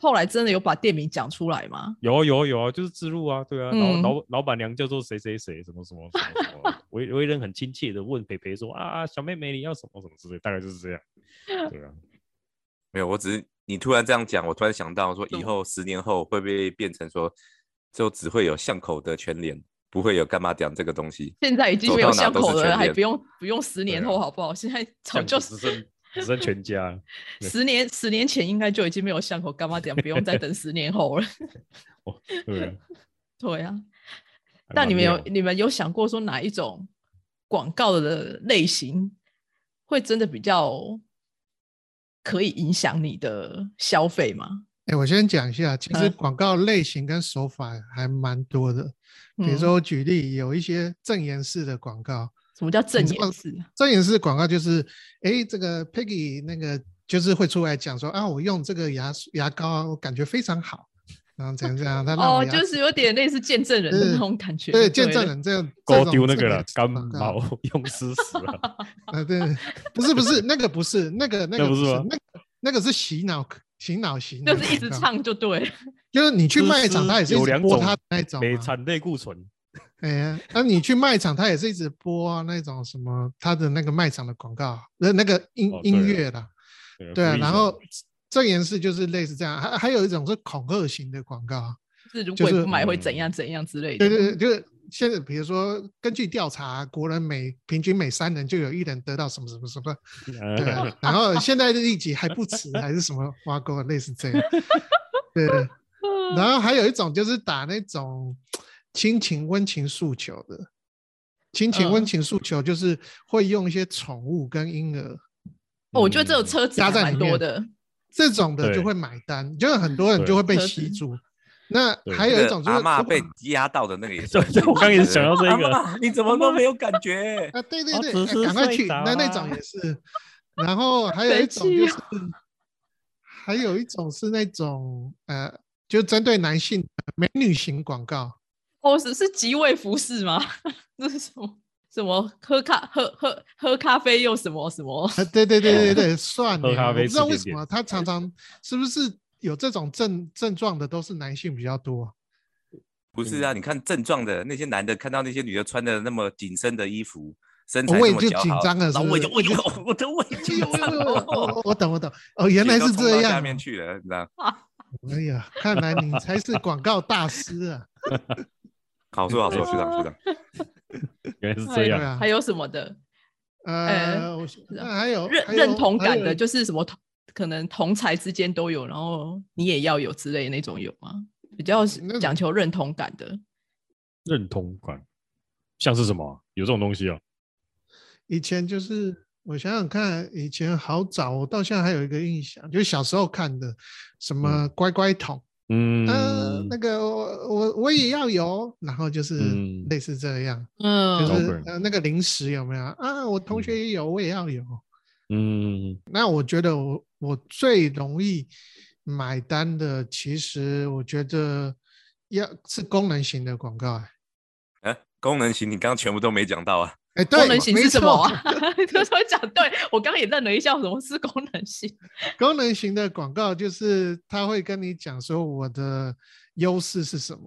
Speaker 3: 后来真的有把店名讲出来吗？
Speaker 4: 有啊有啊有啊，就是之路啊，对啊，
Speaker 3: 嗯
Speaker 4: 然后老老板娘叫做谁谁谁，什么什么什么什么，为为人很亲切的问培培说啊，小妹妹你要什么什么之类，大概就是 这样，对啊，
Speaker 1: 没有，我只是你突然这样讲，我突然想到说，
Speaker 3: 怎
Speaker 1: 以
Speaker 3: 么
Speaker 1: 后十年后会不会变成说，就只会有巷口的全联，不会有干嘛讲这个东西？
Speaker 3: 现在已经
Speaker 1: 走
Speaker 3: 没有
Speaker 1: 到哪
Speaker 3: 巷
Speaker 1: 都是
Speaker 3: 口的
Speaker 1: 全
Speaker 3: 人，还
Speaker 1: 店
Speaker 3: 不用不用十年
Speaker 4: 对啊
Speaker 3: 后好不好？现在早
Speaker 4: 像
Speaker 3: 就
Speaker 4: 只剩只剩全家，对
Speaker 3: 十年十年前应该就已经没有巷口干嘛点，不用再等十年后了。
Speaker 4: 对 啊，
Speaker 3: 对啊，
Speaker 4: 还
Speaker 3: 那
Speaker 4: 蛮
Speaker 3: 你们有
Speaker 4: 妙的
Speaker 3: 你们有想过说哪一种广告的类型会真的比较可以影响你的消费吗？
Speaker 2: 哎、我先讲一下，其实
Speaker 3: 嗯
Speaker 2: 广告类型跟手法还蛮多的。比如
Speaker 3: 嗯
Speaker 2: 说，我举例有一些正言式的广告，
Speaker 3: 什么叫正
Speaker 2: 你知道
Speaker 3: 言式？啊
Speaker 2: 正言式广告就是，哎，这个 Peggy 那个就是会出来讲说啊，我用这个牙牙膏啊，我感觉非常好，然后怎样怎样，他让我
Speaker 3: 哦，
Speaker 2: 牙齿、
Speaker 3: 就是有点类似见证人的那
Speaker 2: 是
Speaker 3: 种感觉。
Speaker 2: 对见
Speaker 3: 了
Speaker 2: 证。人这样
Speaker 4: 勾丢那个了，干毛
Speaker 2: 毛
Speaker 4: 用湿死了，
Speaker 2: 啊，对，不是不是那个不是那个那
Speaker 4: 那
Speaker 2: 个
Speaker 4: 不
Speaker 2: 不
Speaker 4: 是
Speaker 2: 是
Speaker 4: 吗
Speaker 2: 那个那个是洗脑洗脑型
Speaker 3: 就
Speaker 2: 的广告，
Speaker 3: 是一直唱就对了，
Speaker 2: 就是你 去
Speaker 4: 就
Speaker 2: 卖
Speaker 4: 是
Speaker 2: 场，他也是
Speaker 4: 有
Speaker 2: 一直
Speaker 4: 两
Speaker 2: 播
Speaker 4: 种
Speaker 2: 他的那种、
Speaker 4: 美
Speaker 2: 啊。
Speaker 4: 产类固醇，
Speaker 2: 哎呀，那、你去卖场，他也是一直播啊那种什么他的那个卖场的广告，啊那那个音、
Speaker 4: 哦对啊
Speaker 2: 音乐啦，对啊，
Speaker 4: 故意
Speaker 2: 然
Speaker 4: 的
Speaker 2: 后正言式就是类似这样，还还有一种是恐吓型的广告，
Speaker 3: 就是如
Speaker 2: 就
Speaker 3: 果你
Speaker 2: 是
Speaker 3: 不买会
Speaker 4: 嗯
Speaker 3: 怎样怎样之类的。
Speaker 2: 对对对，就是现在比如说根据调查，国人每平均每三人就有一人得到什么什么什么，对啊、 然后现在的一集还不迟，还是什么挖沟类似这样， 对，然后还有一种就是打那种亲情温情诉求的，亲情温
Speaker 3: 嗯
Speaker 2: 情诉求就是会用一些宠物跟婴儿
Speaker 3: 哦，我觉得这种
Speaker 4: 嗯
Speaker 3: 车子
Speaker 2: 加
Speaker 3: 还
Speaker 2: 在
Speaker 3: 蛮
Speaker 2: 里
Speaker 3: 多
Speaker 2: 面
Speaker 3: 的，
Speaker 2: 这种的
Speaker 4: 对
Speaker 2: 就会买单，就是很多人
Speaker 4: 对
Speaker 2: 就会被
Speaker 3: 车
Speaker 2: 吸
Speaker 3: 子
Speaker 2: 住。那
Speaker 4: 对
Speaker 2: 还
Speaker 1: 那
Speaker 2: 有一
Speaker 1: 个
Speaker 2: 种就是
Speaker 1: 阿
Speaker 2: 如果
Speaker 1: 嬷被压到的那 个也是
Speaker 4: 对
Speaker 1: 很经典的，
Speaker 4: 我刚也想到这
Speaker 1: 阿
Speaker 4: 个
Speaker 1: 嬷你怎么都没有感觉？
Speaker 2: 啊，对对
Speaker 4: 哦
Speaker 2: 对，
Speaker 4: 只
Speaker 2: 哎
Speaker 4: 是
Speaker 2: 赶快
Speaker 4: 睡
Speaker 2: 去，
Speaker 4: 着啊
Speaker 2: 那那种
Speaker 4: 啦
Speaker 2: 也是。然后还有
Speaker 3: 生
Speaker 2: 一种就
Speaker 3: 气啊
Speaker 2: 是，还有一种是那种呃，就针对男性的美女型广告，
Speaker 3: 哦，是是即位服饰吗？ 这是什么什么喝咖喝喝喝咖啡又什么什么？
Speaker 2: 啊，对对对对对，算
Speaker 4: 喝
Speaker 2: 了，
Speaker 4: 咖
Speaker 2: 我
Speaker 4: 啡
Speaker 2: 不知道
Speaker 4: 吃
Speaker 2: 为
Speaker 4: 甜
Speaker 2: 什
Speaker 4: 点
Speaker 2: 么他常常是不是有这种症症状的都是男性比较 多，
Speaker 1: 不
Speaker 2: 嗯
Speaker 1: 是啊，你看症状的那些男的，看到那些女的穿的那么紧身的衣服，身材
Speaker 2: 我
Speaker 1: 这
Speaker 2: 也
Speaker 1: 么
Speaker 2: 就
Speaker 1: 姣
Speaker 2: 紧
Speaker 1: 好，
Speaker 2: 张了，是
Speaker 1: 然后我
Speaker 2: 不
Speaker 1: 也
Speaker 2: 是
Speaker 1: 就？我就 我的我也
Speaker 2: 哎
Speaker 1: 就
Speaker 2: 呦呦呦！我我懂我懂哦， 原来
Speaker 1: 血都
Speaker 2: 是
Speaker 1: 冲到
Speaker 2: 这
Speaker 1: 下
Speaker 2: 样
Speaker 1: 面
Speaker 2: 哦。
Speaker 1: 去了，你知道？
Speaker 2: 哎呀，看来你才是广告大师啊！
Speaker 1: 好说好说，学长学长，
Speaker 4: 原来是这
Speaker 3: 哎
Speaker 2: 对
Speaker 4: 样，
Speaker 2: 啊，
Speaker 3: 还有什么的
Speaker 2: 呃，我想那还有
Speaker 3: 认
Speaker 2: 还
Speaker 3: 认
Speaker 2: 有
Speaker 3: 同
Speaker 2: 还
Speaker 3: 感
Speaker 2: 有
Speaker 3: 的，就是什么同可能同才之间都有，然后你也要有之类的那种有吗？比较是
Speaker 2: 那
Speaker 3: 讲求认同感的，
Speaker 4: 认同感，像是什么啊有这种东西哦，
Speaker 2: 以前就是我想想看，以前好早，我到现在还有一个印象，就是小时候看的什么乖乖桶，
Speaker 4: 嗯
Speaker 2: 嗯、那个我我我也要有，然后就是
Speaker 4: 嗯
Speaker 2: 类似这样，
Speaker 3: 嗯，
Speaker 2: 就是
Speaker 4: OK
Speaker 2: 呃那个零食有没有啊？我同学也有，我也要有。
Speaker 4: 嗯
Speaker 2: 那我觉得我我最容易买单的，其实我觉得要是功能型的广告、哎
Speaker 1: 哎，功能型你刚刚全部都没讲到啊，
Speaker 2: 哎，对，
Speaker 3: 功能型
Speaker 2: 没
Speaker 3: 是什么
Speaker 2: 错
Speaker 3: 啊？ 就是我讲对，我刚刚也愣了一下，什么是功能性？
Speaker 2: 功能型的广告就是他会跟你讲说我的优势是什么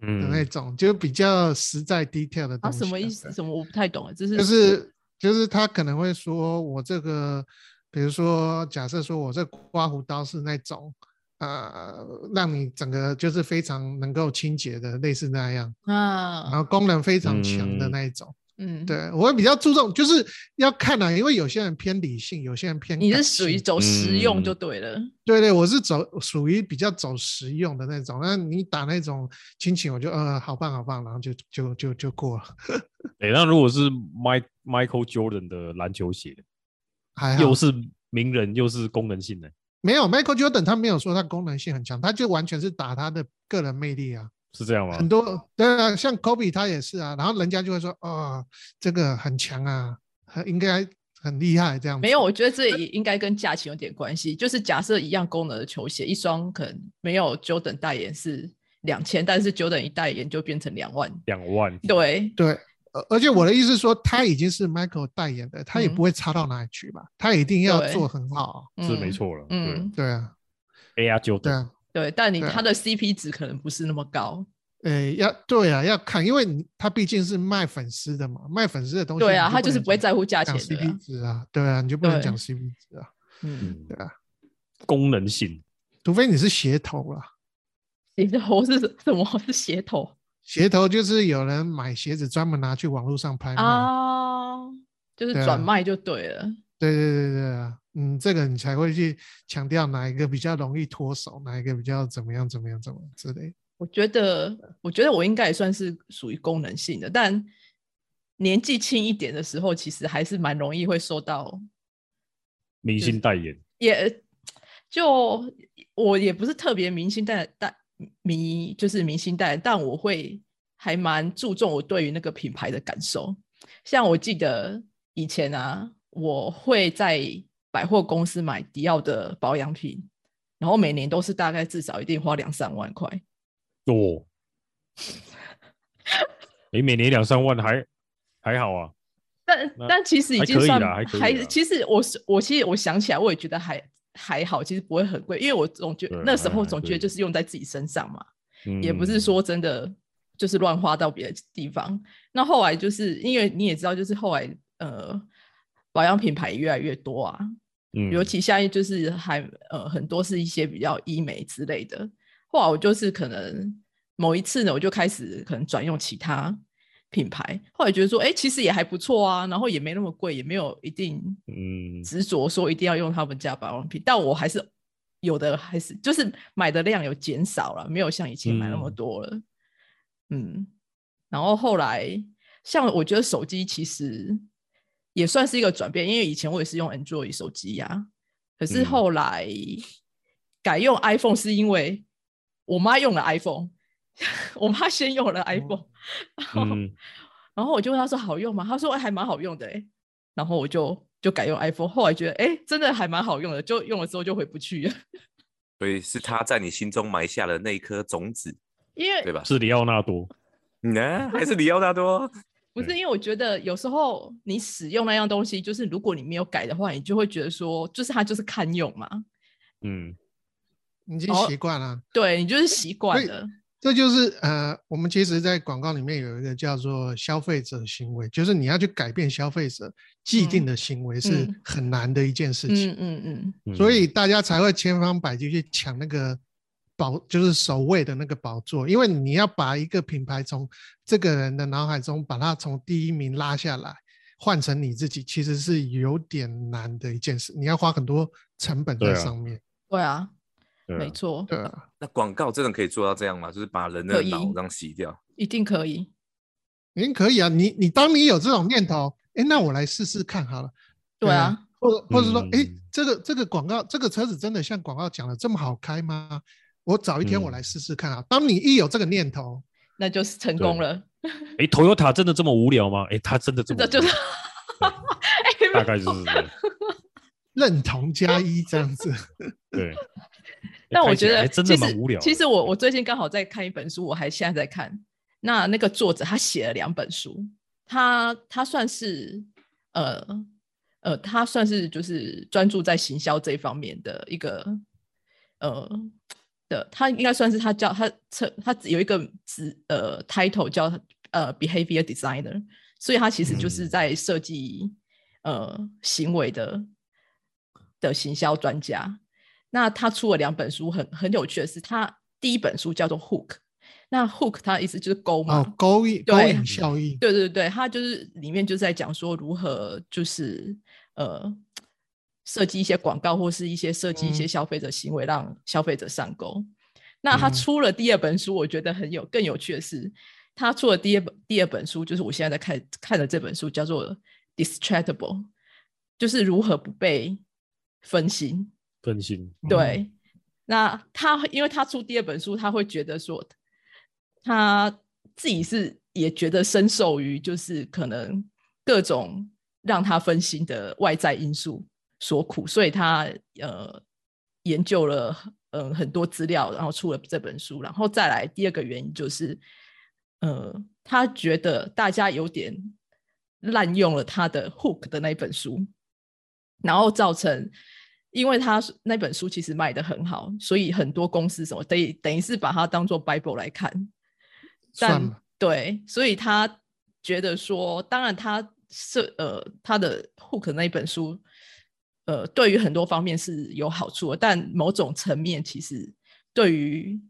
Speaker 2: 的那
Speaker 4: 嗯，
Speaker 2: 种，就比较实在 detail 的
Speaker 3: 啊，
Speaker 2: 东西。
Speaker 3: 什么意思？？什么我不太懂啊，这是
Speaker 2: 就是就是他可能会说我这个，比如说假设说我这刮胡刀是那种。呃，让你整个就是非常能够清洁的，类似那样，然
Speaker 3: 啊，
Speaker 2: 后功能非常强的
Speaker 4: 嗯
Speaker 2: 那一种，
Speaker 3: 嗯，，
Speaker 2: 对我会比较注重，就是要看啊，因为有些人偏理性，有些人偏
Speaker 3: 你
Speaker 2: 感
Speaker 3: 是属于
Speaker 2: 性
Speaker 3: 走实用
Speaker 4: 嗯
Speaker 3: 就对了。
Speaker 2: 对对，我是走属于比较走实用的那种。那你打那种亲情，我就呃好棒好棒，然后就就就就过了，
Speaker 4: 对，那如果是 Mike Michael Jordan 的篮球鞋，
Speaker 2: 还好
Speaker 4: 又。是名人又是功能性的，
Speaker 2: 没有 Michael Jordan，他没有说他功能性很强，他就完全是打他的个人魅力啊。
Speaker 4: 是这样吗？
Speaker 2: 很多对啊，像 Kobe 他也是啊，然后人家就会说哦，这个很强啊，很应该很厉害这样子。
Speaker 3: 没有，我觉得这也应该跟价钱有点关系。就是假设一样功能的球鞋，一双可能没有 Jordan 代言是两千，但是 Jordan 一代言就变成两万。
Speaker 4: 两万，
Speaker 3: 对，
Speaker 2: 对，而而且我的意思是说，他已经是 Michael 代言的，他也
Speaker 3: 嗯
Speaker 2: 不会差到哪里去吧？他一定要
Speaker 3: 对
Speaker 2: 做很好啊。
Speaker 4: 是
Speaker 3: 嗯
Speaker 4: 没。错了。
Speaker 3: 嗯，
Speaker 2: 对啊，
Speaker 4: 对，Air
Speaker 2: 对
Speaker 4: Jordan，
Speaker 2: 啊，
Speaker 3: 对，但你
Speaker 2: 对
Speaker 3: 它的 CP 值可能不是那么高。
Speaker 2: 呃，要对啊，要看，因为你他毕竟是卖粉丝的嘛，卖粉丝的东西，
Speaker 3: 对啊，
Speaker 2: 你
Speaker 3: 它就是
Speaker 2: 能
Speaker 3: 不会在乎价
Speaker 2: 讲
Speaker 3: 钱
Speaker 2: 讲
Speaker 3: 的啦
Speaker 2: CP。值啊，对啊，你就不能
Speaker 3: 对
Speaker 2: 讲 CP 值啊，
Speaker 3: 嗯，
Speaker 4: 嗯
Speaker 2: 对啊，
Speaker 4: 功能性，
Speaker 2: 除非你是鞋头啦。
Speaker 3: 鞋头是什么？是鞋头
Speaker 2: 鞋头就是有人买鞋子专门拿去网络上拍卖，
Speaker 3: 啊，就是
Speaker 2: 对啊
Speaker 3: 转卖就对了。
Speaker 2: 对对对对啊，嗯，这个你才会去强调哪一个比较容易脱手，哪一个比较怎么样怎么样怎么样之类。
Speaker 3: 我觉得，我觉得我应该也算是属于功能性的，但年纪轻一点的时候，其实还是蛮容易会受到，
Speaker 4: 明
Speaker 3: 就
Speaker 4: 星
Speaker 3: 是
Speaker 4: 代言，
Speaker 3: 也就我也不是特别明星代代迷，就是明星代，但我会还蛮注重我对于那个品牌的感受。像我记得以前啊，我会在百货公司买迪奥的保养品，然后每年都是大概至少一定花两三万块。
Speaker 4: 哦，你每年两三万还还好啊，
Speaker 3: 但
Speaker 4: 那
Speaker 3: 但其实已
Speaker 4: 还
Speaker 3: 经
Speaker 4: 可以
Speaker 3: 算
Speaker 4: 啦还可以啦
Speaker 3: 其实我是我其实我想起来，我也觉得还还好，其实不会很贵，因为我总觉
Speaker 4: 对
Speaker 3: 那时
Speaker 4: 还
Speaker 3: 候
Speaker 4: 还
Speaker 3: 总
Speaker 4: 可
Speaker 3: 觉得就
Speaker 4: 以
Speaker 3: 是用在自己身上嘛，
Speaker 4: 嗯
Speaker 3: 也不是说真的就是乱花到别的地方。那后来就是因为你也知道，就是后来呃保养品牌越来越多啊，
Speaker 4: 嗯
Speaker 3: 尤其现在就是还呃很多是一些比较医美之类的。后来我就是可能某一次呢，我就开始可能转用其他品牌，后来觉得说，哎、其实也还不错啊，然后也没那么贵，也没有一定
Speaker 4: 嗯
Speaker 3: 执着说一定要用他们家保养品，但我还是有的，还是就是买的量有减少了，没有像以前买那么
Speaker 4: 嗯
Speaker 3: 多了。嗯然后后来像我觉得手机其实也算是一个转变，因为以前我也是用 Android 手机呀、可是
Speaker 4: 嗯
Speaker 3: 后来改用 iPhone 是因为我妈用了 iPhone，我妈先用
Speaker 4: 哦
Speaker 3: 了 iPhone，、然后
Speaker 4: 嗯
Speaker 3: 然后我就问他说好用吗？他说、哎还蛮好用的、欸，然后我就就改用 iPhone，后来觉得哎、真的还蛮好用的，就用了之后就回不去了，
Speaker 1: 所以是他在你心中埋下了那一颗种子，
Speaker 3: 因为
Speaker 1: 对吧？
Speaker 4: 是里奥纳多，
Speaker 1: 你呢？还是里奥纳多？
Speaker 3: 不是
Speaker 4: 对
Speaker 3: 因为我觉得有时候你使用那样东西，就是如果你没有改的话，你就会觉得说，就是它就是堪用嘛，
Speaker 4: 嗯
Speaker 2: 你已经
Speaker 3: 哦
Speaker 2: 习惯了，
Speaker 3: 对你就是习惯
Speaker 2: 以
Speaker 3: 了，
Speaker 2: 这就是呃，我们其实，在广告里面有一个叫做消费者行为，就是你要去改变消费者既定
Speaker 3: 嗯
Speaker 2: 的行为是
Speaker 3: 嗯
Speaker 2: 很难的一件事情，
Speaker 3: 嗯嗯嗯，
Speaker 4: 嗯
Speaker 2: 所以大家才会千方百计去抢那个宝，就是首位的那个宝座，因为你要把一个品牌从这个人的脑海中把它从第一名拉下来，换成你自己，其实是有点难的一件事，你要花很多成本在
Speaker 4: 对啊
Speaker 2: 上面。
Speaker 3: 对啊，
Speaker 4: 对啊
Speaker 3: 没错，
Speaker 2: 对啊，
Speaker 1: 那广告真的可以做到这样吗？就是把人
Speaker 3: 可
Speaker 1: 的
Speaker 3: 以
Speaker 1: 脑让洗掉？
Speaker 3: 一定可以，
Speaker 2: 您可以啊，你你当你有这种念头，哎，那我来试试看好了。
Speaker 3: 对啊，
Speaker 2: 或者或者说，哎、
Speaker 4: 嗯
Speaker 2: 这个这个广告，这个车子真的像广告讲的这么好开吗？我早一天我
Speaker 4: 嗯
Speaker 2: 来试试看啊。当你一有这个念头，
Speaker 3: 那就是成
Speaker 4: 对
Speaker 3: 功了，
Speaker 4: 哎，Toyota 真的这么无聊吗？哎，他真的这么
Speaker 3: 这
Speaker 4: 无
Speaker 3: 就是
Speaker 4: 聊。
Speaker 3: 哎
Speaker 4: 大概就是这样
Speaker 2: 认同加一这样 子，
Speaker 4: 对。
Speaker 3: 但
Speaker 4: 诶
Speaker 3: 我
Speaker 4: 看起
Speaker 3: 觉
Speaker 4: 来
Speaker 3: 得
Speaker 4: 诶真
Speaker 3: 其
Speaker 4: 的
Speaker 3: 实
Speaker 4: 蛮无聊的。
Speaker 3: 其实我我最近刚好在看一本书，我还现在在看。那那个作者他写了两本书，他他算是呃呃，他算是就是专注在行销这一方面的一个呃的，他应该算是他叫他称他有一个职呃 title 叫呃 behavior designer，所以他其实就是
Speaker 4: 嗯
Speaker 3: 在设计、呃行为的的行销专家。那他出了两本书很很有趣的是，他第一本书叫做《Hook》，那 hook 它的意思就是钩嘛，
Speaker 2: 哦，勾引勾
Speaker 3: 对
Speaker 2: 引效应，
Speaker 3: 对对对，它就是里面就是在讲说如何就是呃设计一些广告或是一些设计一些
Speaker 2: 嗯
Speaker 3: 消费者行为让消费者上钩。那他
Speaker 2: 嗯
Speaker 3: 出了第二本书，我觉得很有更有趣的是，他出了第二本第二本书，就是我现在在看看的这本书叫做《Distractable》，就是如何不被分心。
Speaker 4: 更 新，
Speaker 2: 嗯
Speaker 3: 对，那他因为他出第二本书，他会觉得说，他自己是也觉得深受于就是可能各种让他分心的外在因素所苦，所以他呃研究了嗯、呃、很多资料，然后出了这本书，然后再来第二个原因就是，呃，他觉得大家有点滥用了他的 Hook 的那一本书，然后造成，因为他是那本书其实卖的很好，所以很多公司什么等于等于是把它当做 Bible 来看，
Speaker 2: 算
Speaker 3: 但
Speaker 2: 了，
Speaker 3: 对，所以他觉得说，当然他是呃他的 Hook 那一本书，呃，对于很多方面是有好处的，但某种层面其实对于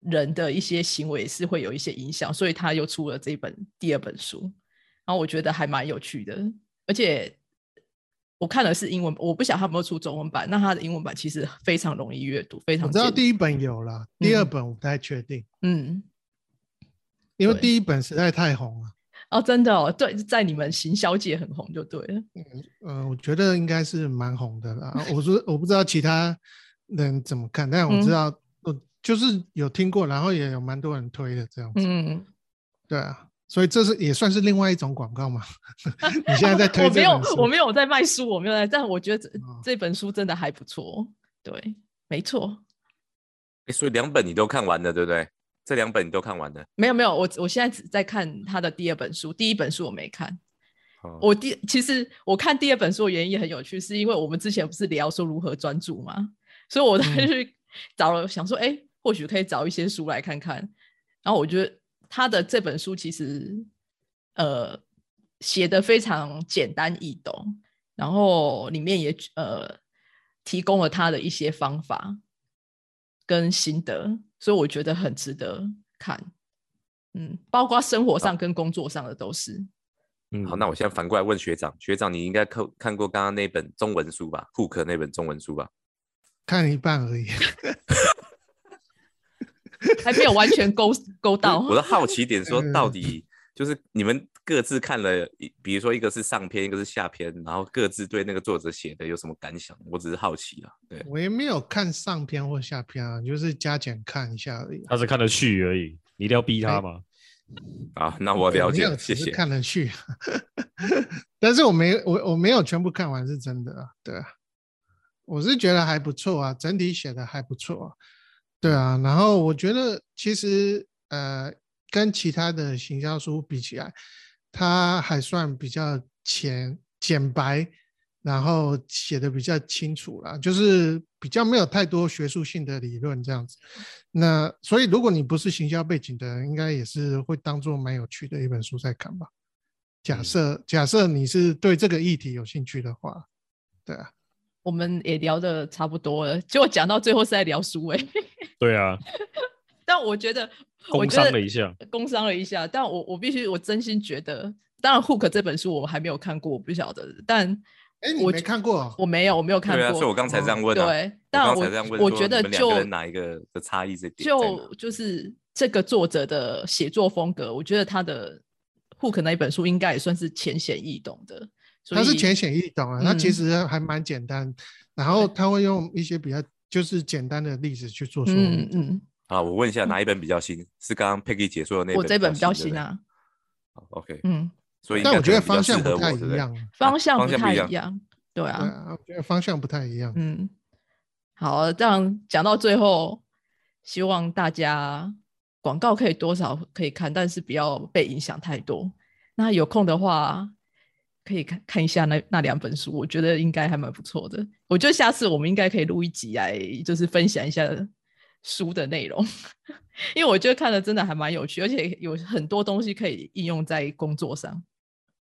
Speaker 3: 人的一些行为是会有一些影响，所以他又出了这一本第二本书，然后我觉得还蛮有趣的，而且。我看的是英文，我不晓得他有没有出中文版。那他的英文版其实非常容易阅读，非常
Speaker 2: 我知道
Speaker 3: 简
Speaker 2: 第一本有了，第二
Speaker 3: 嗯
Speaker 2: 本我不太确定，
Speaker 3: 嗯
Speaker 2: 因为
Speaker 3: 对
Speaker 2: 第一本实在太红了。
Speaker 3: 哦，真的哦，对，在你们行销界很红就对了。
Speaker 2: 呃，我觉得应该是蛮红的 啦。我说我不知道其他人怎么看，但我知
Speaker 3: 嗯
Speaker 2: 道，我就是有听过，然后也有蛮多人推的这样子。
Speaker 3: 嗯，
Speaker 2: 对啊，所以这是也算是另外一种广告嘛。 你现在在推
Speaker 3: 我没
Speaker 2: 这
Speaker 3: 有
Speaker 2: 本，书
Speaker 3: 我没有在卖书，我没有在，但我觉得这,、
Speaker 2: 哦
Speaker 3: 这本书真的还不错。对，没错，
Speaker 1: 诶哎所以两本你都看完了，对不对？这两本你都看完了。
Speaker 3: 没有没有，我我现在只在看他的第二本书，第一本书我没看。
Speaker 1: 哦
Speaker 3: 我第其实我看第二本书的原因也很有趣，是因为我们之前不是聊说如何专注嘛，所以我才
Speaker 2: 嗯
Speaker 3: 去找了，想说，哎、或许可以找一些书来看看。然后我觉得他的这本书其实，呃，写的非常简单易懂，然后里面也呃提供了他的一些方法跟心得，所以我觉得很值得看。嗯，包括生活上跟工作上的都是。
Speaker 4: 嗯，
Speaker 1: 好，那我现在反过来问学长，学长你应该看看过刚刚那本中文书吧？Hook 那本中文书吧？
Speaker 2: 看一半而已。
Speaker 3: 还没有完全勾 勾到。
Speaker 1: 我的好奇点说，到
Speaker 2: 嗯
Speaker 1: 底就是你们各自看了一，比如说一个是上篇，一个是下篇，然后各自对那个作者写的有什么感想？我只是好奇啊。对，
Speaker 3: 嗯
Speaker 2: 我也没有看上篇或下篇啊，就是加减看一下而已啊。
Speaker 4: 他只看得序而已，你一定要逼他吗？
Speaker 1: 好，那我
Speaker 2: 对
Speaker 1: 了
Speaker 2: 没
Speaker 1: 解
Speaker 2: 有
Speaker 1: 了，谢
Speaker 2: 只是
Speaker 1: 谢。
Speaker 2: 看得去， 但是我没我我没有全部看完是真的啊，对啊，我是觉得还不错啊，整体写的还不错、啊，对
Speaker 1: 嗯
Speaker 2: 啊，然后我觉得其实呃跟其他的行销书比起来，它还算比较浅简白，然后写的比较清楚啦，就是比较没有太多学术性的理论这样子。那所以如果你不是行销背景的人，应该也是会当做蛮有趣的一本书在看吧。假
Speaker 4: 嗯
Speaker 2: 设、假设你是对这个议题有兴趣的话，对啊，
Speaker 3: 我们也聊的差不多了，结果讲到最后是在聊书哎、
Speaker 4: 对啊，
Speaker 3: 但我觉得，我
Speaker 4: 工
Speaker 3: 觉
Speaker 4: 商
Speaker 3: 得
Speaker 4: 了一下，
Speaker 3: 工伤了一下，但我我必须，我真心觉得，当然《Hook》这本书我还没有看过，我不晓得，但
Speaker 2: 哎，你
Speaker 3: 我
Speaker 2: 没
Speaker 3: 觉
Speaker 2: 看过哦、
Speaker 3: 我没有，我没有看
Speaker 1: 对
Speaker 3: 过，哦
Speaker 1: 啊，所以我刚才这样问啊。
Speaker 3: 对
Speaker 1: 我
Speaker 3: 但
Speaker 1: 刚
Speaker 3: 我
Speaker 1: 才这样问
Speaker 3: 我
Speaker 1: 说
Speaker 3: 觉得
Speaker 1: 你们两个
Speaker 3: 就
Speaker 1: 人哪一个的差异这点在哪？
Speaker 3: 就就是这个作者的写作风格，我觉得他的《Hook》那一本书应该也算是浅显易懂的，所
Speaker 2: 它是
Speaker 3: 以
Speaker 2: 浅显易懂啊，它其
Speaker 3: 嗯
Speaker 2: 实还蛮简单，然后它会用一些比较就是简单的例子去做说明
Speaker 3: 嗯。嗯，
Speaker 1: 啊，我问一下哪一本比较新？是刚刚 Peggy 解说的那本？
Speaker 3: 我这本比较
Speaker 1: 新
Speaker 3: 新
Speaker 1: 对不对。
Speaker 3: 啊，
Speaker 1: 好 OK，
Speaker 3: 嗯，
Speaker 1: 所以应
Speaker 2: 但
Speaker 1: 该
Speaker 2: 我
Speaker 1: 可
Speaker 2: 觉得
Speaker 1: 能比较
Speaker 2: 方
Speaker 1: 适
Speaker 2: 向
Speaker 1: 合
Speaker 2: 不
Speaker 1: 我
Speaker 2: 太
Speaker 1: 对不
Speaker 2: 一
Speaker 1: 对
Speaker 2: 样啊，
Speaker 3: 方向
Speaker 1: 方
Speaker 3: 不
Speaker 1: 向不
Speaker 3: 太
Speaker 1: 一样
Speaker 3: 一样，对
Speaker 2: 对
Speaker 3: 啊，
Speaker 2: 啊，我觉得方向不太一样。
Speaker 3: 嗯，好，这样讲到最后，希望大家广告可以多少可以看，但是不要被影响太多。那有空的话，可以看看一下那那两本书，我觉得应该还蛮不错的。我觉得下次我们应该可以录一集来，就是分享一下书的内容， 因为我觉得看了真的还蛮有趣，而且有很多东西可以应用在工作上。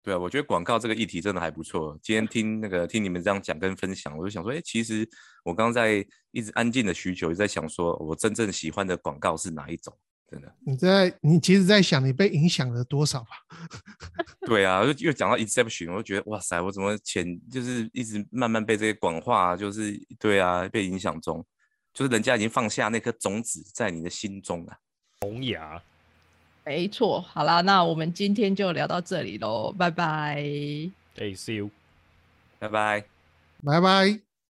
Speaker 1: 对啊，我觉得广告这个议题真的还不错。今天听那个听你们这样讲跟分享，我就想说，哎，其实我刚刚在一直安静的需求，也在想说我真正喜欢的广告是哪一种。真 的。
Speaker 2: 你在你其实在想你被影响了多少吧？
Speaker 1: 对啊，又又讲到 Inception，我就觉得哇塞，我怎么潜就是一直慢慢被这些广化，就是对啊，被影响中，就是人家已经放下那颗种子在你的心中了。
Speaker 3: 没错，好啦，那我们今天就聊到这里喽，拜拜。
Speaker 4: 哎，see you。
Speaker 1: 拜拜。
Speaker 2: 拜拜。